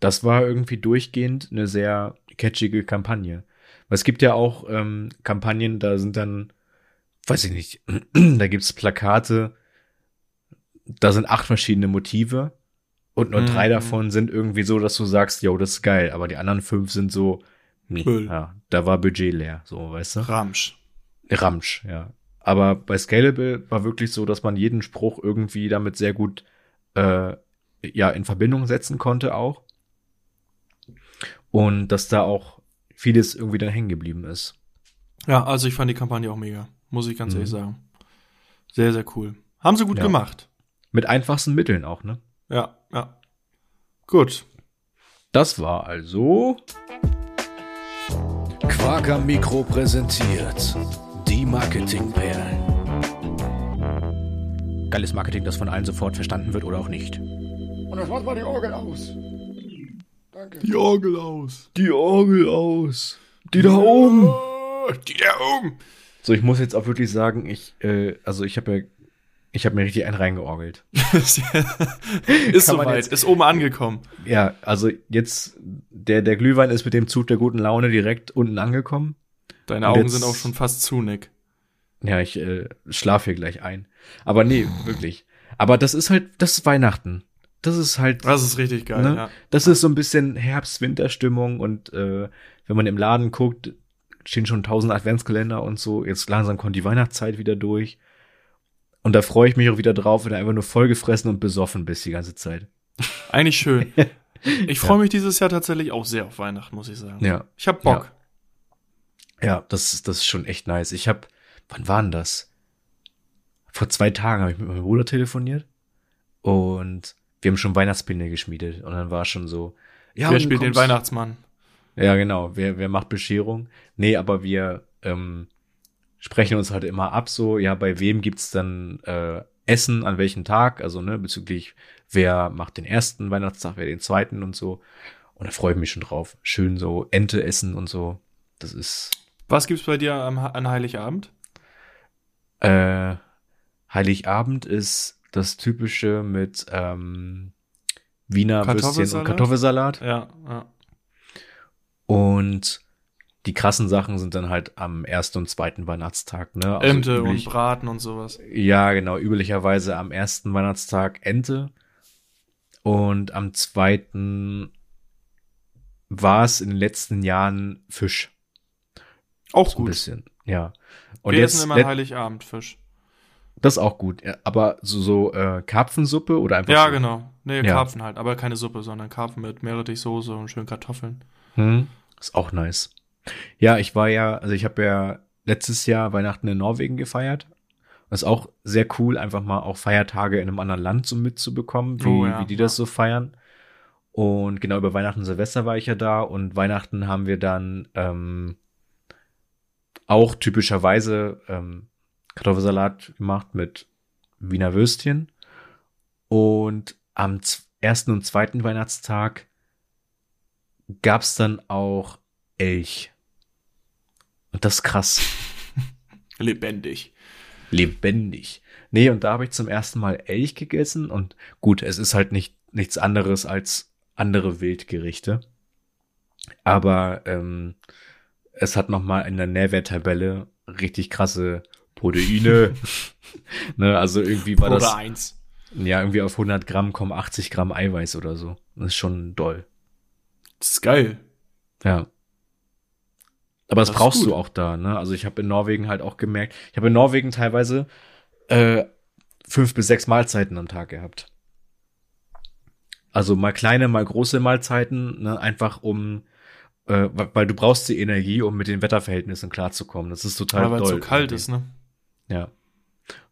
Speaker 6: das war irgendwie durchgehend eine sehr catchige Kampagne. Weil es gibt ja auch ähm, Kampagnen, da sind dann, weiß ich nicht, da gibt's Plakate, da sind acht verschiedene Motive und nur drei
Speaker 7: Mhm.
Speaker 6: davon sind irgendwie so, dass du sagst, yo, das ist geil, aber die anderen fünf sind so, nee,
Speaker 7: Müll.
Speaker 6: ja, da war Budget leer, so, weißt du?
Speaker 7: Ramsch.
Speaker 6: Ramsch, ja. Aber bei Scalable war wirklich so, dass man jeden Spruch irgendwie damit sehr gut äh, ja, in Verbindung setzen konnte auch. Und dass da auch vieles irgendwie dann hängen geblieben ist.
Speaker 7: Ja, also ich fand die Kampagne auch mega. Muss ich ganz
Speaker 6: Mhm.
Speaker 7: ehrlich sagen. Sehr, sehr cool. Haben sie gut
Speaker 6: Ja.
Speaker 7: gemacht.
Speaker 6: Mit einfachsten Mitteln auch, ne?
Speaker 7: Ja, ja. Gut.
Speaker 6: Das war also.
Speaker 5: Quark am Mikro präsentiert die Marketingperlen.
Speaker 6: Geiles Marketing, das von allen sofort verstanden wird oder auch nicht.
Speaker 8: Und jetzt macht mal die Orgel aus. Danke.
Speaker 7: Die Orgel aus.
Speaker 6: Die Orgel aus. Die da oben.
Speaker 7: Die da oben.
Speaker 6: So, ich muss jetzt auch wirklich sagen, ich, äh, also ich habe ja, ich habe mir richtig einen reingeorgelt.
Speaker 7: ist
Speaker 6: Kann man
Speaker 7: soweit.
Speaker 6: jetzt-
Speaker 7: Ist oben angekommen.
Speaker 6: Ja, also jetzt, der, der Glühwein ist mit dem Zug der guten Laune direkt unten angekommen.
Speaker 7: Deine
Speaker 6: Und
Speaker 7: Augen
Speaker 6: jetzt-
Speaker 7: sind auch schon fast zu, Nick.
Speaker 6: Ja, ich äh, schlafe hier gleich ein. Aber nee, wirklich. Aber das ist halt, das ist Weihnachten. Das ist halt,
Speaker 7: Das ist richtig geil,
Speaker 6: ne?
Speaker 7: ja.
Speaker 6: das ist so ein bisschen Herbst-Winterstimmung und äh, wenn man im Laden guckt, stehen schon tausend Adventskalender und so. Jetzt langsam kommt die Weihnachtszeit wieder durch. Und da freue ich mich auch wieder drauf, wenn du einfach nur vollgefressen und besoffen bist die ganze Zeit.
Speaker 7: Eigentlich schön. Ich freue mich dieses Jahr tatsächlich auch sehr auf Weihnachten, muss ich sagen.
Speaker 6: Ja.
Speaker 7: Ich hab Bock.
Speaker 6: Ja, das, das ist schon echt nice. Ich hab, wann war denn das? Vor zwei Tagen habe ich mit meinem Bruder telefoniert und wir haben schon Weihnachtspläne geschmiedet und dann war schon so, ja,
Speaker 7: Wer
Speaker 6: und
Speaker 7: spielt den
Speaker 6: kommst-
Speaker 7: Weihnachtsmann?
Speaker 6: Ja, genau, wer, wer macht Bescherung? Nee, aber wir ähm, sprechen uns halt immer ab so, ja, bei wem gibt's dann äh, Essen, an welchem Tag, also ne, bezüglich wer macht den ersten Weihnachtstag, wer den zweiten und so. Und da freue ich mich schon drauf. Schön so Ente essen und so. Das ist
Speaker 7: Was gibt's bei dir am, an Heiligabend?
Speaker 6: Äh, Heiligabend ist das typische mit ähm, Wiener Würstchen und
Speaker 7: Kartoffelsalat?
Speaker 6: Kartoffelsalat.
Speaker 7: Ja, ja.
Speaker 6: Und die krassen Sachen sind dann halt am ersten und zweiten Weihnachtstag. Ne? Also
Speaker 7: Ente und
Speaker 6: üblich-
Speaker 7: Braten und sowas.
Speaker 6: Ja, genau. Üblicherweise am ersten Weihnachtstag Ente. Und am zweiten war es in den letzten Jahren Fisch.
Speaker 7: Auch
Speaker 6: Ein
Speaker 7: gut.
Speaker 6: bisschen. Ja. Und
Speaker 7: Wir essen immer halt
Speaker 6: let-
Speaker 7: Heiligabend Fisch.
Speaker 6: das ist auch gut. Ja, Aber so, so äh, Karpfensuppe oder einfach
Speaker 7: Ja,
Speaker 6: so
Speaker 7: genau. Nee,
Speaker 6: Ja.
Speaker 7: Karpfen halt. Aber keine Suppe, sondern Karpfen mit Meerrettichsoße und schönen Kartoffeln.
Speaker 6: Hm, ist auch nice. Ja, ich war ja, also ich habe ja letztes Jahr Weihnachten in Norwegen gefeiert. Das ist auch sehr cool, einfach mal auch Feiertage in einem anderen Land so mitzubekommen, wie,
Speaker 7: Oh ja,
Speaker 6: wie die das so feiern. Und genau über Weihnachten und Silvester war ich ja da und Weihnachten haben wir dann ähm, auch typischerweise ähm, Kartoffelsalat gemacht mit Wiener Würstchen. Und am z- ersten und zweiten Weihnachtstag gab's dann auch Elch. Und das ist krass.
Speaker 7: Lebendig.
Speaker 6: Lebendig. Nee, und da habe ich zum ersten Mal Elch gegessen. Und gut, es ist halt nicht, nichts anderes als andere Wildgerichte. Aber ähm, es hat nochmal in der Nährwerttabelle richtig krasse Proteine. ne, also irgendwie war das.
Speaker 7: Oder eins.
Speaker 6: Ja, irgendwie auf 100 Gramm kommen 80 Gramm Eiweiß oder so. Das ist schon doll.
Speaker 7: Das ist geil.
Speaker 6: Ja. Aber das,
Speaker 7: Das ist
Speaker 6: brauchst
Speaker 7: gut.
Speaker 6: du auch da, ne? Also ich habe in Norwegen halt auch gemerkt, ich habe in Norwegen teilweise äh, fünf bis sechs Mahlzeiten am Tag gehabt. Also mal kleine, mal große Mahlzeiten, ne? einfach um, äh, wa- weil du brauchst die Energie, um mit den Wetterverhältnissen klarzukommen. Das ist total
Speaker 7: Aber weil es so
Speaker 6: doll
Speaker 7: kalt
Speaker 6: irgendwie.
Speaker 7: ist, ne?
Speaker 6: Ja.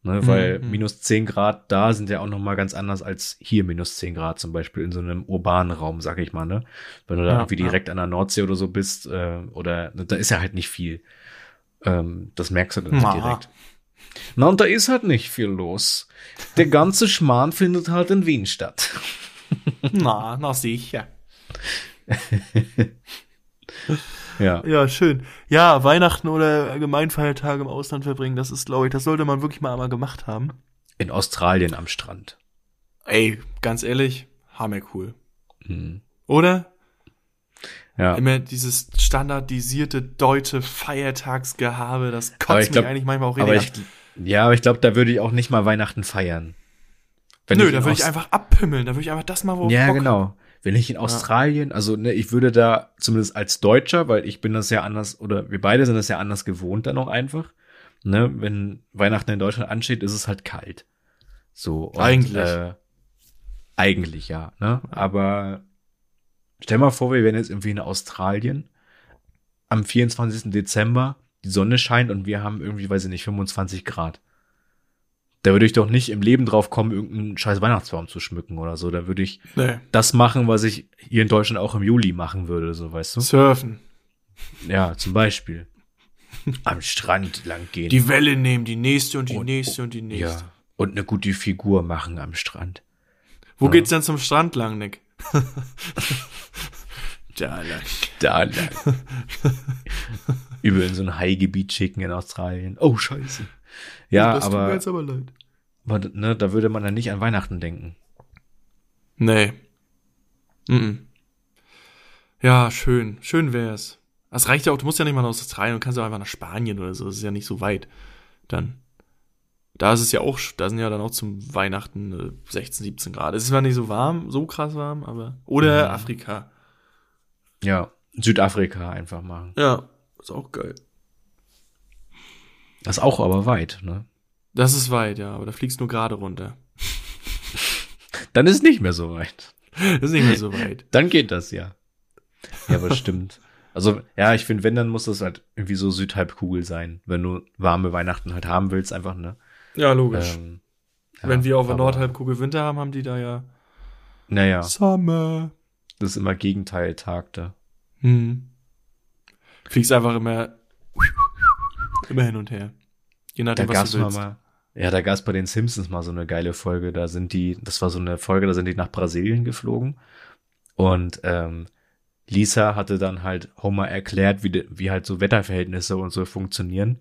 Speaker 6: Ne, weil
Speaker 7: Mhm.
Speaker 6: minus 10 Grad da sind ja auch nochmal ganz anders als hier minus 10 Grad zum Beispiel in so einem urbanen Raum, sag ich mal, ne? Wenn du da
Speaker 7: Ja,
Speaker 6: irgendwie
Speaker 7: ja.
Speaker 6: direkt an der Nordsee oder so bist, äh, oder da ist ja halt nicht viel. Ähm, das merkst du dann
Speaker 7: Na.
Speaker 6: halt direkt. Na, und da ist halt nicht viel los. Der ganze Schmarrn findet halt in Wien statt.
Speaker 7: Na, na sicher.
Speaker 6: Ja.
Speaker 7: Ja, schön. Ja, Weihnachten oder Allgemeinfeiertage im Ausland verbringen, das ist, glaube ich, das sollte man wirklich mal einmal gemacht haben.
Speaker 6: In Australien am Strand.
Speaker 7: Ey, ganz ehrlich, hammercool.
Speaker 6: Mhm.
Speaker 7: Oder?
Speaker 6: Ja.
Speaker 7: Immer dieses standardisierte deutsche Feiertagsgehabe, das
Speaker 6: Aber
Speaker 7: kotzt
Speaker 6: ich glaub-
Speaker 7: mich eigentlich manchmal auch
Speaker 6: Aber
Speaker 7: richtig
Speaker 6: ich, ja, aber ich glaube, da würde ich auch nicht mal Weihnachten feiern. Wenn
Speaker 7: Nö,
Speaker 6: in
Speaker 7: da würde ich
Speaker 6: Aust-
Speaker 7: einfach abpimmeln. Da würde ich einfach das mal, wo
Speaker 6: Ja,
Speaker 7: Bock-
Speaker 6: genau. Wenn ich in Australien, also ne, ich würde da zumindest als Deutscher, weil ich bin das ja anders, oder wir beide sind das ja anders gewohnt dann auch einfach. Ne, wenn Weihnachten in Deutschland ansteht, ist es halt kalt. So. und,
Speaker 7: Eigentlich.
Speaker 6: Äh, eigentlich, ja. Ne? Aber stell mal vor, wir wären jetzt irgendwie in Australien am 24. Dezember, die Sonne scheint und wir haben irgendwie, weiß ich nicht, 25 Grad. Da würde ich doch nicht im Leben drauf kommen, irgendeinen scheiß Weihnachtsbaum zu schmücken oder so. Da würde ich
Speaker 7: Nee,
Speaker 6: das machen, was ich hier in Deutschland auch im Juli machen würde, so weißt du?
Speaker 7: surfen.
Speaker 6: Ja, zum Beispiel. Am Strand lang gehen.
Speaker 7: Die Welle nehmen, die nächste und die
Speaker 6: Und-
Speaker 7: nächste und die nächste.
Speaker 6: ja. Und eine gute Figur machen am Strand.
Speaker 7: Wo geht's denn zum Strand lang, Nick? da lang.
Speaker 6: Da lang. Über in so ein Haigebiet schicken in Australien. Oh, scheiße. Ja,
Speaker 7: das tut mir
Speaker 6: aber,
Speaker 7: jetzt aber leid.
Speaker 6: aber ne, da würde man dann nicht an Weihnachten denken.
Speaker 7: Nee. Mhm. Ja, schön. Schön wär's. Das reicht ja auch, du musst ja nicht mal nach Australien, du kannst ja auch einfach nach Spanien oder so, das ist ja nicht so weit. Dann. Da ist es ja auch, sch- da sind ja dann auch zum Weihnachten äh, 16, 17 Grad. Es ist zwar nicht so warm, so krass warm, aber. Oder Afrika.
Speaker 6: Ja, Südafrika einfach machen.
Speaker 7: Ja, ist auch geil.
Speaker 6: Das ist auch aber weit, ne?
Speaker 7: Das ist weit, ja, aber da fliegst du nur gerade runter.
Speaker 6: Dann ist nicht mehr so weit.
Speaker 7: Das ist nicht mehr so weit.
Speaker 6: Dann geht das ja. Ja, aber stimmt. Also, ja, ich finde, wenn, dann muss das halt irgendwie so Südhalbkugel sein, wenn du warme Weihnachten halt haben willst, einfach, ne?
Speaker 7: Ja, logisch.
Speaker 6: Ähm,
Speaker 7: Wenn wir auf der
Speaker 6: aber-
Speaker 7: Nordhalbkugel Winter haben, haben die da ja
Speaker 6: Naja,
Speaker 7: Summer.
Speaker 6: das ist immer Gegenteiltag da.
Speaker 7: Hm. Fliegst einfach immer, immer hin und her. Je
Speaker 6: Da
Speaker 7: nachdem, was
Speaker 6: gab's
Speaker 7: du
Speaker 6: mal
Speaker 7: willst.
Speaker 6: mal, ja, da gab's bei den Simpsons mal so eine geile Folge, da sind die, das war so eine Folge, da sind die nach Brasilien geflogen und, ähm, Lisa hatte dann halt Homer erklärt, wie, de- wie halt so Wetterverhältnisse und so funktionieren.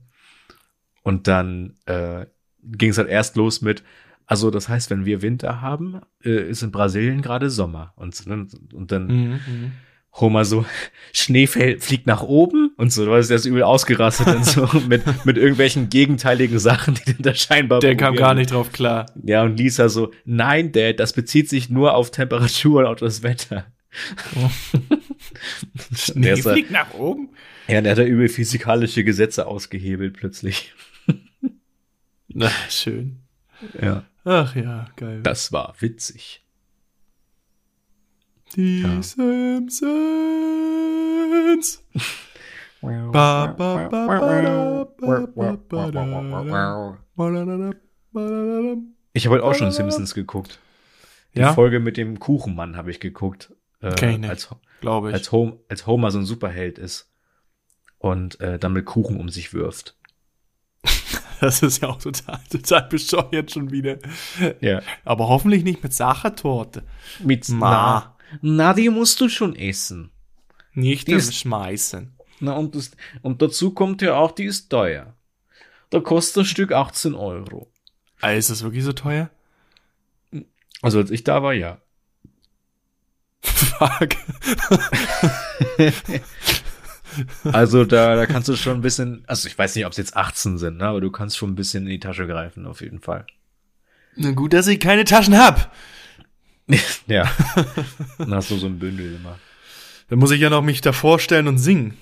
Speaker 6: Und dann äh, ging es halt erst los mit, also das heißt, wenn wir Winter haben, äh, ist in Brasilien gerade Sommer. Und, so, ne? und dann
Speaker 7: Mhm, mhm.
Speaker 6: Homer so, Schnee fällt, fliegt nach oben und so, du hast das übel ausgerastet und so mit, mit irgendwelchen gegenteiligen Sachen, die dann da scheinbar.
Speaker 7: Der kam
Speaker 6: probieren.
Speaker 7: gar nicht drauf klar.
Speaker 6: Ja, und Lisa so, nein, Dad, das bezieht sich nur auf Temperatur und auf das Wetter.
Speaker 7: Oh.
Speaker 6: der ist, halt-
Speaker 7: nach oben?
Speaker 6: ja, der hat da übel physikalische Gesetze ausgehebelt plötzlich.
Speaker 7: Na, schön.
Speaker 6: Ja.
Speaker 7: Ach ja, geil.
Speaker 6: Das war witzig.
Speaker 7: Die
Speaker 6: Ja.
Speaker 7: Simpsons. Ba, ba, ba, ba, da, ba, ba, da, da. Ba, da, da, da, ba, da, da, da.
Speaker 6: Ich habe heute auch schon Simpsons geguckt. Die
Speaker 7: Äh. Ja?
Speaker 6: Folge mit dem Kuchenmann habe ich geguckt. Äh,
Speaker 7: Kenn ich nicht.
Speaker 6: Als,
Speaker 7: Glaube ich.
Speaker 6: als, Hom als Homer so ein Superheld ist und äh, dann mit Kuchen um sich wirft.
Speaker 7: Das ist ja auch total, total bescheuert schon wieder.
Speaker 6: Ja.
Speaker 7: Aber hoffentlich nicht mit Sachertorte.
Speaker 6: Mit na.
Speaker 7: Na.
Speaker 6: Na, die musst du schon essen.
Speaker 7: Nicht
Speaker 6: Die
Speaker 7: im
Speaker 6: ist-
Speaker 7: Schmeißen.
Speaker 6: Na, und, das, und dazu kommt ja auch, die ist teuer. Da kostet das Stück 18 Euro.
Speaker 7: Ah, ist das wirklich so teuer?
Speaker 6: Also als ich da war, ja.
Speaker 7: Fuck.
Speaker 6: Also da, da kannst du schon ein bisschen, also ich weiß nicht, ob es jetzt 18 sind, ne, aber du kannst schon ein bisschen in die Tasche greifen, auf jeden Fall.
Speaker 7: Na gut, dass ich keine Taschen hab.
Speaker 6: Ja. Dann hast du so ein Bündel immer.
Speaker 7: Dann muss ich ja noch mich da vorstellen und singen.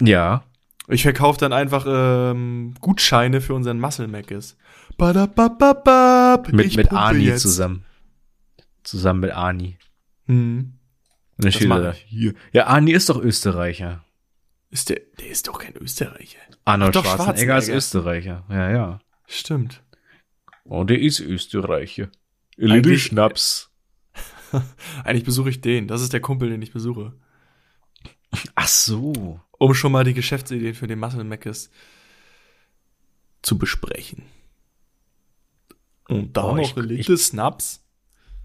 Speaker 6: Ja.
Speaker 7: Ich verkaufe dann einfach ähm, Gutscheine für unseren Muscle Macis. Badabababab,
Speaker 6: Mit,
Speaker 7: ich
Speaker 6: mit
Speaker 7: pumpe
Speaker 6: Ani
Speaker 7: jetzt.
Speaker 6: zusammen. Zusammen mit Ani.
Speaker 7: Hm.
Speaker 6: Und dann steht
Speaker 7: mach
Speaker 6: er da,
Speaker 7: ich.
Speaker 6: hier. Ja, Ani ist doch Österreicher.
Speaker 7: Ist der, der ist doch kein Österreicher.
Speaker 6: Arnold
Speaker 7: Doch,
Speaker 6: Schwarzenegger, ist
Speaker 7: Schwarzenegger.
Speaker 6: Österreicher. Ja, ja.
Speaker 7: Stimmt.
Speaker 6: Und er Oh, ist Österreicher. Little
Speaker 7: Eigentlich-
Speaker 6: Schnaps.
Speaker 7: Eigentlich besuche ich den. Das ist der Kumpel, den ich besuche.
Speaker 6: Ach so.
Speaker 7: Um schon mal die Geschäftsideen für den Muscle Macis zu besprechen. Und da
Speaker 6: Oh,
Speaker 7: noch
Speaker 6: ich-
Speaker 7: ein
Speaker 6: ich-
Speaker 7: Little Snaps.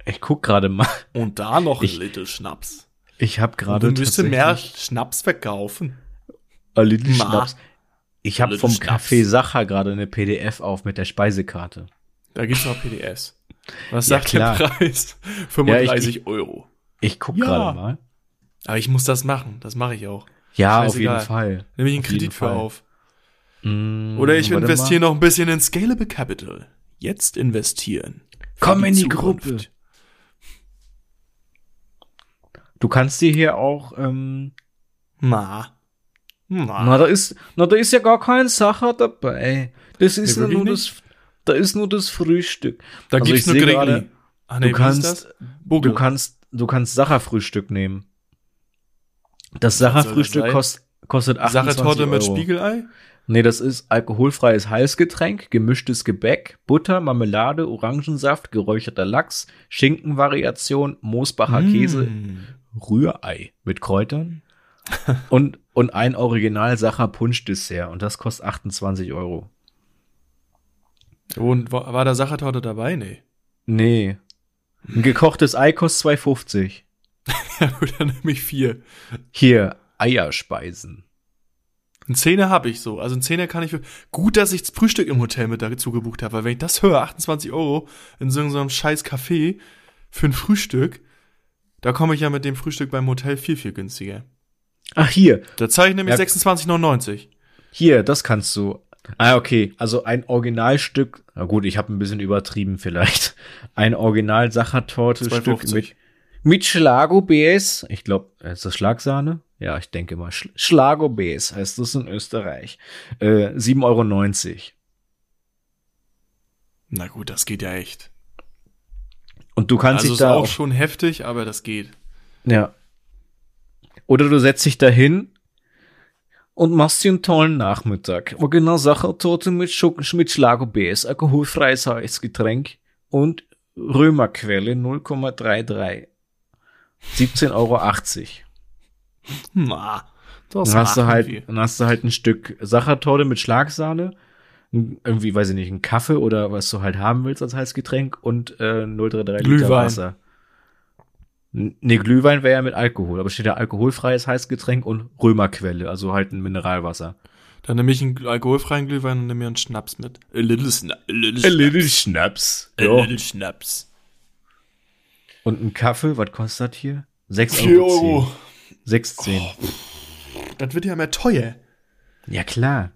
Speaker 6: Ich guck gerade mal.
Speaker 7: Und da noch ein
Speaker 6: Ich-
Speaker 7: Little Schnaps.
Speaker 6: Ich habe gerade
Speaker 7: du müsstest mehr
Speaker 6: tatsächlich-
Speaker 7: Schnaps verkaufen.
Speaker 6: A Little
Speaker 7: Ma.
Speaker 6: Schnaps. Ich habe
Speaker 7: Little
Speaker 6: vom
Speaker 7: Schnaps.
Speaker 6: Café Sacher gerade eine PDF auf mit der Speisekarte.
Speaker 7: Da gibt's auch PDFs. Was
Speaker 6: Ja,
Speaker 7: sagt
Speaker 6: klar.
Speaker 7: der Preis? 35 Euro.
Speaker 6: Ich guck
Speaker 7: Ja.
Speaker 6: gerade mal.
Speaker 7: Aber ich muss das machen. Das mache ich auch.
Speaker 6: Ja, auf
Speaker 7: Scheißegal.
Speaker 6: jeden Fall.
Speaker 7: Nehme ich einen
Speaker 6: Auf jeden
Speaker 7: Kredit für
Speaker 6: Fall.
Speaker 7: auf.
Speaker 6: Mm,
Speaker 7: Oder ich
Speaker 6: warte
Speaker 7: investiere
Speaker 6: mal.
Speaker 7: noch ein bisschen in Scalable Capital. Jetzt investieren. Für
Speaker 6: Komm in die
Speaker 7: Zukunft.
Speaker 6: Gruppe. Du kannst dir hier auch, ähm,
Speaker 7: Ma. Ma.
Speaker 6: na, da ist, na, da ist ja gar keine Sache dabei. Das ist
Speaker 7: Nee,
Speaker 6: ja nur
Speaker 7: wirklich
Speaker 6: das, da ist nur das Frühstück.
Speaker 7: Da
Speaker 6: Also
Speaker 7: gibt's
Speaker 6: ich
Speaker 7: nur
Speaker 6: sehe
Speaker 7: Gregli.
Speaker 6: gerade,
Speaker 7: Ah,
Speaker 6: du
Speaker 7: wie hieß
Speaker 6: kannst,
Speaker 7: Bugel.
Speaker 6: du kannst, du kannst Sacherfrühstück nehmen. Das
Speaker 7: soll das
Speaker 6: Sacherfrühstück
Speaker 7: sein?
Speaker 6: kost, kostet 28
Speaker 7: Sachertorte
Speaker 6: Euro.
Speaker 7: mit Spiegelei?
Speaker 6: Nee, das ist alkoholfreies Heißgetränk, gemischtes Gebäck, Butter, Marmelade, Orangensaft, geräucherter Lachs, Schinkenvariation, Moosbacher Käse,
Speaker 7: Mm.
Speaker 6: Rührei mit Kräutern und, und ein original sacher punschdessert und das kostet 28 Euro.
Speaker 7: Und wa- war da Sachertorte dabei? Nee.
Speaker 6: Nee. Ein gekochtes Ei kostet 2,50.
Speaker 7: Ja, gut, dann nehme ich vier.
Speaker 6: Hier, Eierspeisen.
Speaker 7: Ein Zehner habe ich so. Also ein Zehner kann ich. für- Gut, dass ich das Frühstück im Hotel mit dazu gebucht habe, weil wenn ich das höre, 28 Euro in so einem scheiß Café für ein Frühstück, da komme ich ja mit dem Frühstück beim Hotel viel, viel günstiger.
Speaker 6: Ach, hier,
Speaker 7: Da zahle ich nämlich
Speaker 6: Ja.
Speaker 7: 26,99.
Speaker 6: Hier, das kannst du. Ah, okay. Also ein Originalstück. Na gut, ich habe ein bisschen übertrieben vielleicht. Ein original Sachertorte-Stück
Speaker 7: 2,50.
Speaker 6: mit, mit Schlago-BS. Ich glaube, ist das Schlagsahne? Ja, ich denke mal. Schl Schlago-BS heißt das in Österreich. Äh, 7,90 Euro.
Speaker 7: Na gut, das geht ja echt.
Speaker 6: Und du kannst
Speaker 7: Also
Speaker 6: dich
Speaker 7: ist
Speaker 6: da
Speaker 7: auch
Speaker 6: auf-
Speaker 7: schon heftig, aber das geht.
Speaker 6: Ja. Oder du setzt dich dahin und machst dir einen tollen Nachmittag. Original Sachertorte mit, Schuck, mit Schlager-BS, alkoholfreies Heißgetränk und Römerquelle 0,33. 17,80 Euro.
Speaker 7: Na, das
Speaker 6: Dann hast, du
Speaker 7: machen
Speaker 6: halt,
Speaker 7: wir.
Speaker 6: dann hast du halt ein Stück Sachertorte mit Schlagsahne, ein- irgendwie, weiß ich nicht, einen Kaffee oder was du halt haben willst als Heißgetränk und äh, 0,33 Liter
Speaker 7: Glühwein.
Speaker 6: Wasser. N- Nee, Glühwein wäre ja mit Alkohol, aber steht da alkoholfreies Heißgetränk und Römerquelle, also halt ein Mineralwasser.
Speaker 7: Dann nehme ich einen alkoholfreien Glühwein und nehme mir einen Schnaps mit. A little, sna a little,
Speaker 6: Schnaps.
Speaker 7: schna- a
Speaker 6: Ja.
Speaker 7: little Schnaps.
Speaker 6: Und ein Kaffee, was kostet das hier? 6
Speaker 7: 4
Speaker 6: Euro. Euro.
Speaker 7: Euro. Oh.
Speaker 6: 6,10.
Speaker 7: Das wird ja mehr teuer.
Speaker 6: Ja, klar.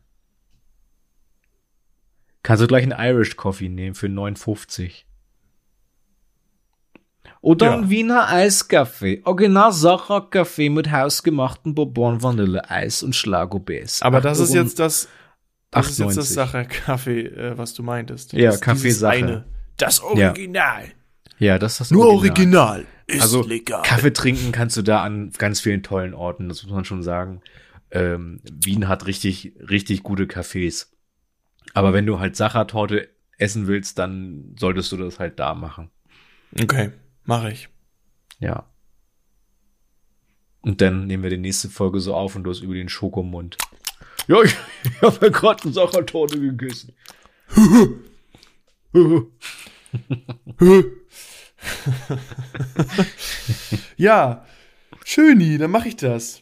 Speaker 6: Kannst du gleich einen Irish Coffee nehmen für 9,50. Oder
Speaker 7: Ja.
Speaker 6: ein Wiener Eiskaffee. Original Sacher Kaffee mit hausgemachten Bourbon Vanille Eis und Schlagobers.
Speaker 7: Aber das ist jetzt das, das ist jetzt das
Speaker 6: 98.
Speaker 7: Sache Kaffee, äh, was du meintest.
Speaker 6: Ja,
Speaker 7: das,
Speaker 6: Kaffee
Speaker 7: dieses
Speaker 6: Sache.
Speaker 7: eine. Das Original.
Speaker 6: Ja, das ist das
Speaker 7: Nur Original ist
Speaker 6: Also
Speaker 7: legal.
Speaker 6: Kaffee trinken kannst du da an ganz vielen tollen Orten, das muss man schon sagen. Ähm, Wien hat richtig, richtig gute Cafés. Aber wenn du halt Sachertorte essen willst, dann solltest du das halt da machen.
Speaker 7: Okay, mache ich.
Speaker 6: Ja. Und dann nehmen wir die nächste Folge so auf und du hast über den Schokomund. Ja, ich, ich habe ja gerade eine Sachertorte gegessen.
Speaker 7: Ja, schöni, dann mache ich das.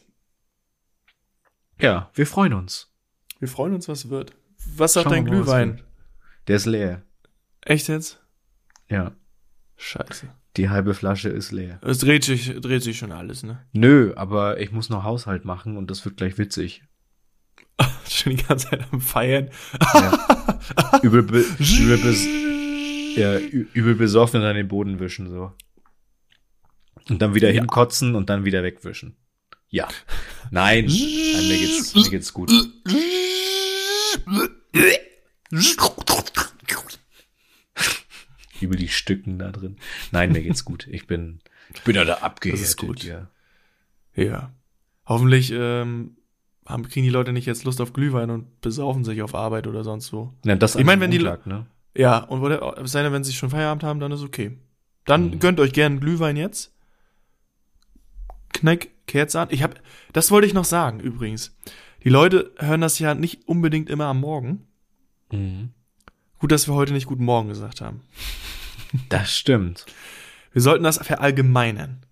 Speaker 6: Ja, wir freuen uns.
Speaker 7: Wir freuen uns, was wird. Was sagt
Speaker 6: Schauen
Speaker 7: dein
Speaker 6: wir mal, was
Speaker 7: Glühwein?
Speaker 6: wird. Der ist leer.
Speaker 7: Echt jetzt?
Speaker 6: Ja,
Speaker 7: Scheiße.
Speaker 6: die halbe Flasche ist leer.
Speaker 7: Es dreht sich, dreht sich schon alles, ne?
Speaker 6: Nö, aber ich muss noch Haushalt machen und das wird gleich witzig.
Speaker 7: Schon die ganze Zeit am Feiern.
Speaker 6: Übel, be, übel, bes, ja, ü- übel besoffen und dann den Boden wischen so. Und dann wieder hinkotzen und dann wieder wegwischen. Ja. Nein, nein mir, geht's, mir geht's gut. Über die Stücken da drin. Nein, mir geht's gut. Ich bin, ich bin ja da abgehärtet.
Speaker 7: gut.
Speaker 6: Ja.
Speaker 7: Ja. Hoffentlich ähm, haben, kriegen die Leute nicht jetzt Lust auf Glühwein und besaufen sich auf Arbeit oder sonst wo.
Speaker 6: Na, das
Speaker 7: Ich mein,
Speaker 6: am
Speaker 7: wenn die-
Speaker 6: Montag, ne?
Speaker 7: Ja, und oder, es sei denn, wenn sie schon Feierabend haben, dann ist okay. Dann gönnt euch gern Glühwein jetzt. Knack, Kerze an. Ich hab, das wollte ich noch sagen, übrigens. Die Leute hören das ja nicht unbedingt immer am Morgen.
Speaker 6: Mhm.
Speaker 7: Gut, dass wir heute nicht Guten Morgen gesagt haben.
Speaker 6: Das stimmt.
Speaker 7: Wir sollten das verallgemeinern.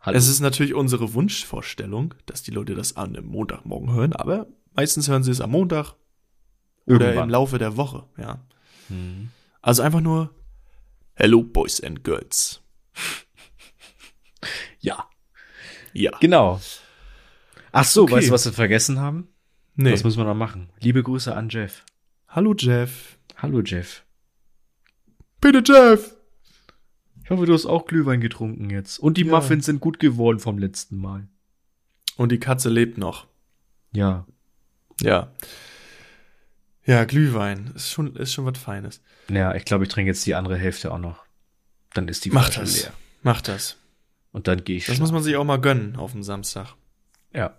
Speaker 6: Hallo.
Speaker 7: Es ist natürlich unsere Wunschvorstellung, dass die Leute das an einem Montagmorgen hören, aber
Speaker 6: Mhm.
Speaker 7: meistens hören sie es am Montag oder im Laufe der Woche, ja. Also einfach nur Hello Boys and Girls.
Speaker 6: Ja.
Speaker 7: Ja.
Speaker 6: Genau. Ach so,
Speaker 7: Okay.
Speaker 6: weißt du, was wir vergessen haben?
Speaker 7: Nee.
Speaker 6: Das müssen wir noch machen. Liebe Grüße an Jeff.
Speaker 7: Hallo Jeff.
Speaker 6: Hallo Jeff.
Speaker 7: Bitte Jeff.
Speaker 6: Ich hoffe, du hast auch Glühwein getrunken jetzt. Und die
Speaker 7: Ja.
Speaker 6: Muffins sind gut geworden vom letzten Mal.
Speaker 7: Und die Katze lebt noch.
Speaker 6: Ja.
Speaker 7: Ja. Ja, Glühwein. Ist schon, ist schon was Feines.
Speaker 6: Ja, ich glaube, ich trinke jetzt die andere Hälfte auch noch. Dann ist die
Speaker 7: Mach
Speaker 6: Flasche
Speaker 7: das.
Speaker 6: leer.
Speaker 7: Macht das.
Speaker 6: Und dann gehe ich.
Speaker 7: Das muss man sich auch mal gönnen auf dem Samstag.
Speaker 6: schlafen. ja.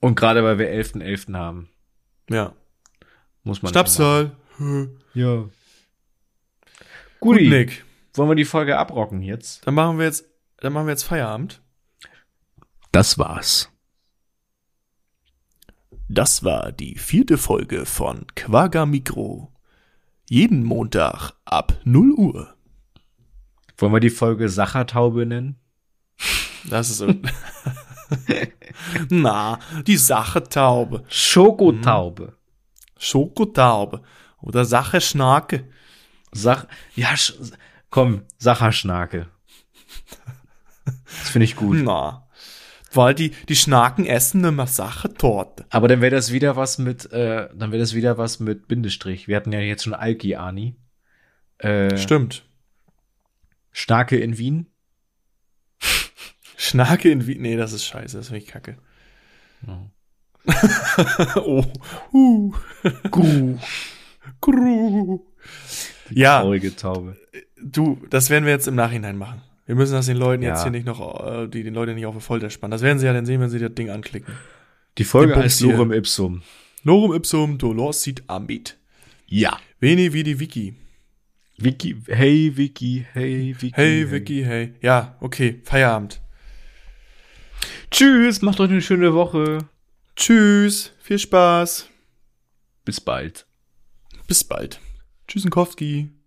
Speaker 6: Und gerade weil wir 11.11. haben,
Speaker 7: Ja. Hm.
Speaker 6: muss man.
Speaker 7: Stabsal. Hö.
Speaker 6: Ja.
Speaker 7: Gut,
Speaker 6: Guti,
Speaker 7: Nick.
Speaker 6: wollen wir die Folge abrocken jetzt?
Speaker 7: Dann machen wir jetzt, dann machen wir jetzt Feierabend.
Speaker 6: Das war's.
Speaker 7: Das war die vierte Folge von Quagga Mikro. Jeden Montag ab 0 Uhr.
Speaker 6: Wollen wir die Folge Sachertaube nennen?
Speaker 7: Das ist so. Na, die Sache-Taube.
Speaker 6: Schokotaube.
Speaker 7: Schokotaube. Oder Sache-Schnake.
Speaker 6: Sach. Ja, sch komm, Sacherschnake. Das finde ich gut.
Speaker 7: Na. Weil die, die Schnaken essen immer Sache-Torte.
Speaker 6: Aber dann wäre das wieder was mit, äh, dann wäre das wieder was mit Bindestrich. Wir hatten ja jetzt schon Alki Ani. Äh,
Speaker 7: Stimmt.
Speaker 6: Starke in Wien.
Speaker 7: Schnake in Wien. Nee, das ist scheiße. Das finde ich kacke. oh. Uh.
Speaker 6: Gru.
Speaker 7: Kru. Ja.
Speaker 6: Traurige Taube.
Speaker 7: Du, das werden wir jetzt im Nachhinein machen. Wir müssen das den Leuten jetzt
Speaker 6: Ja.
Speaker 7: hier nicht noch, äh, die den Leute nicht auf die Folter spannen. Das werden sie ja dann sehen, wenn sie das Ding anklicken.
Speaker 6: Die Folge
Speaker 7: Den
Speaker 6: heißt
Speaker 7: Bums hier.
Speaker 6: Lorem Ipsum.
Speaker 7: Lorem ipsum dolor sit ambit.
Speaker 6: Ja.
Speaker 7: Veni vidi vici.
Speaker 6: Vicky, hey Vicky, hey Vicky.
Speaker 7: Hey, Vicky, hey. Ja, okay, Feierabend.
Speaker 6: Tschüss, macht euch eine schöne Woche.
Speaker 7: Tschüss, viel Spaß.
Speaker 6: Bis bald.
Speaker 7: Bis bald. Tschüssenkowski.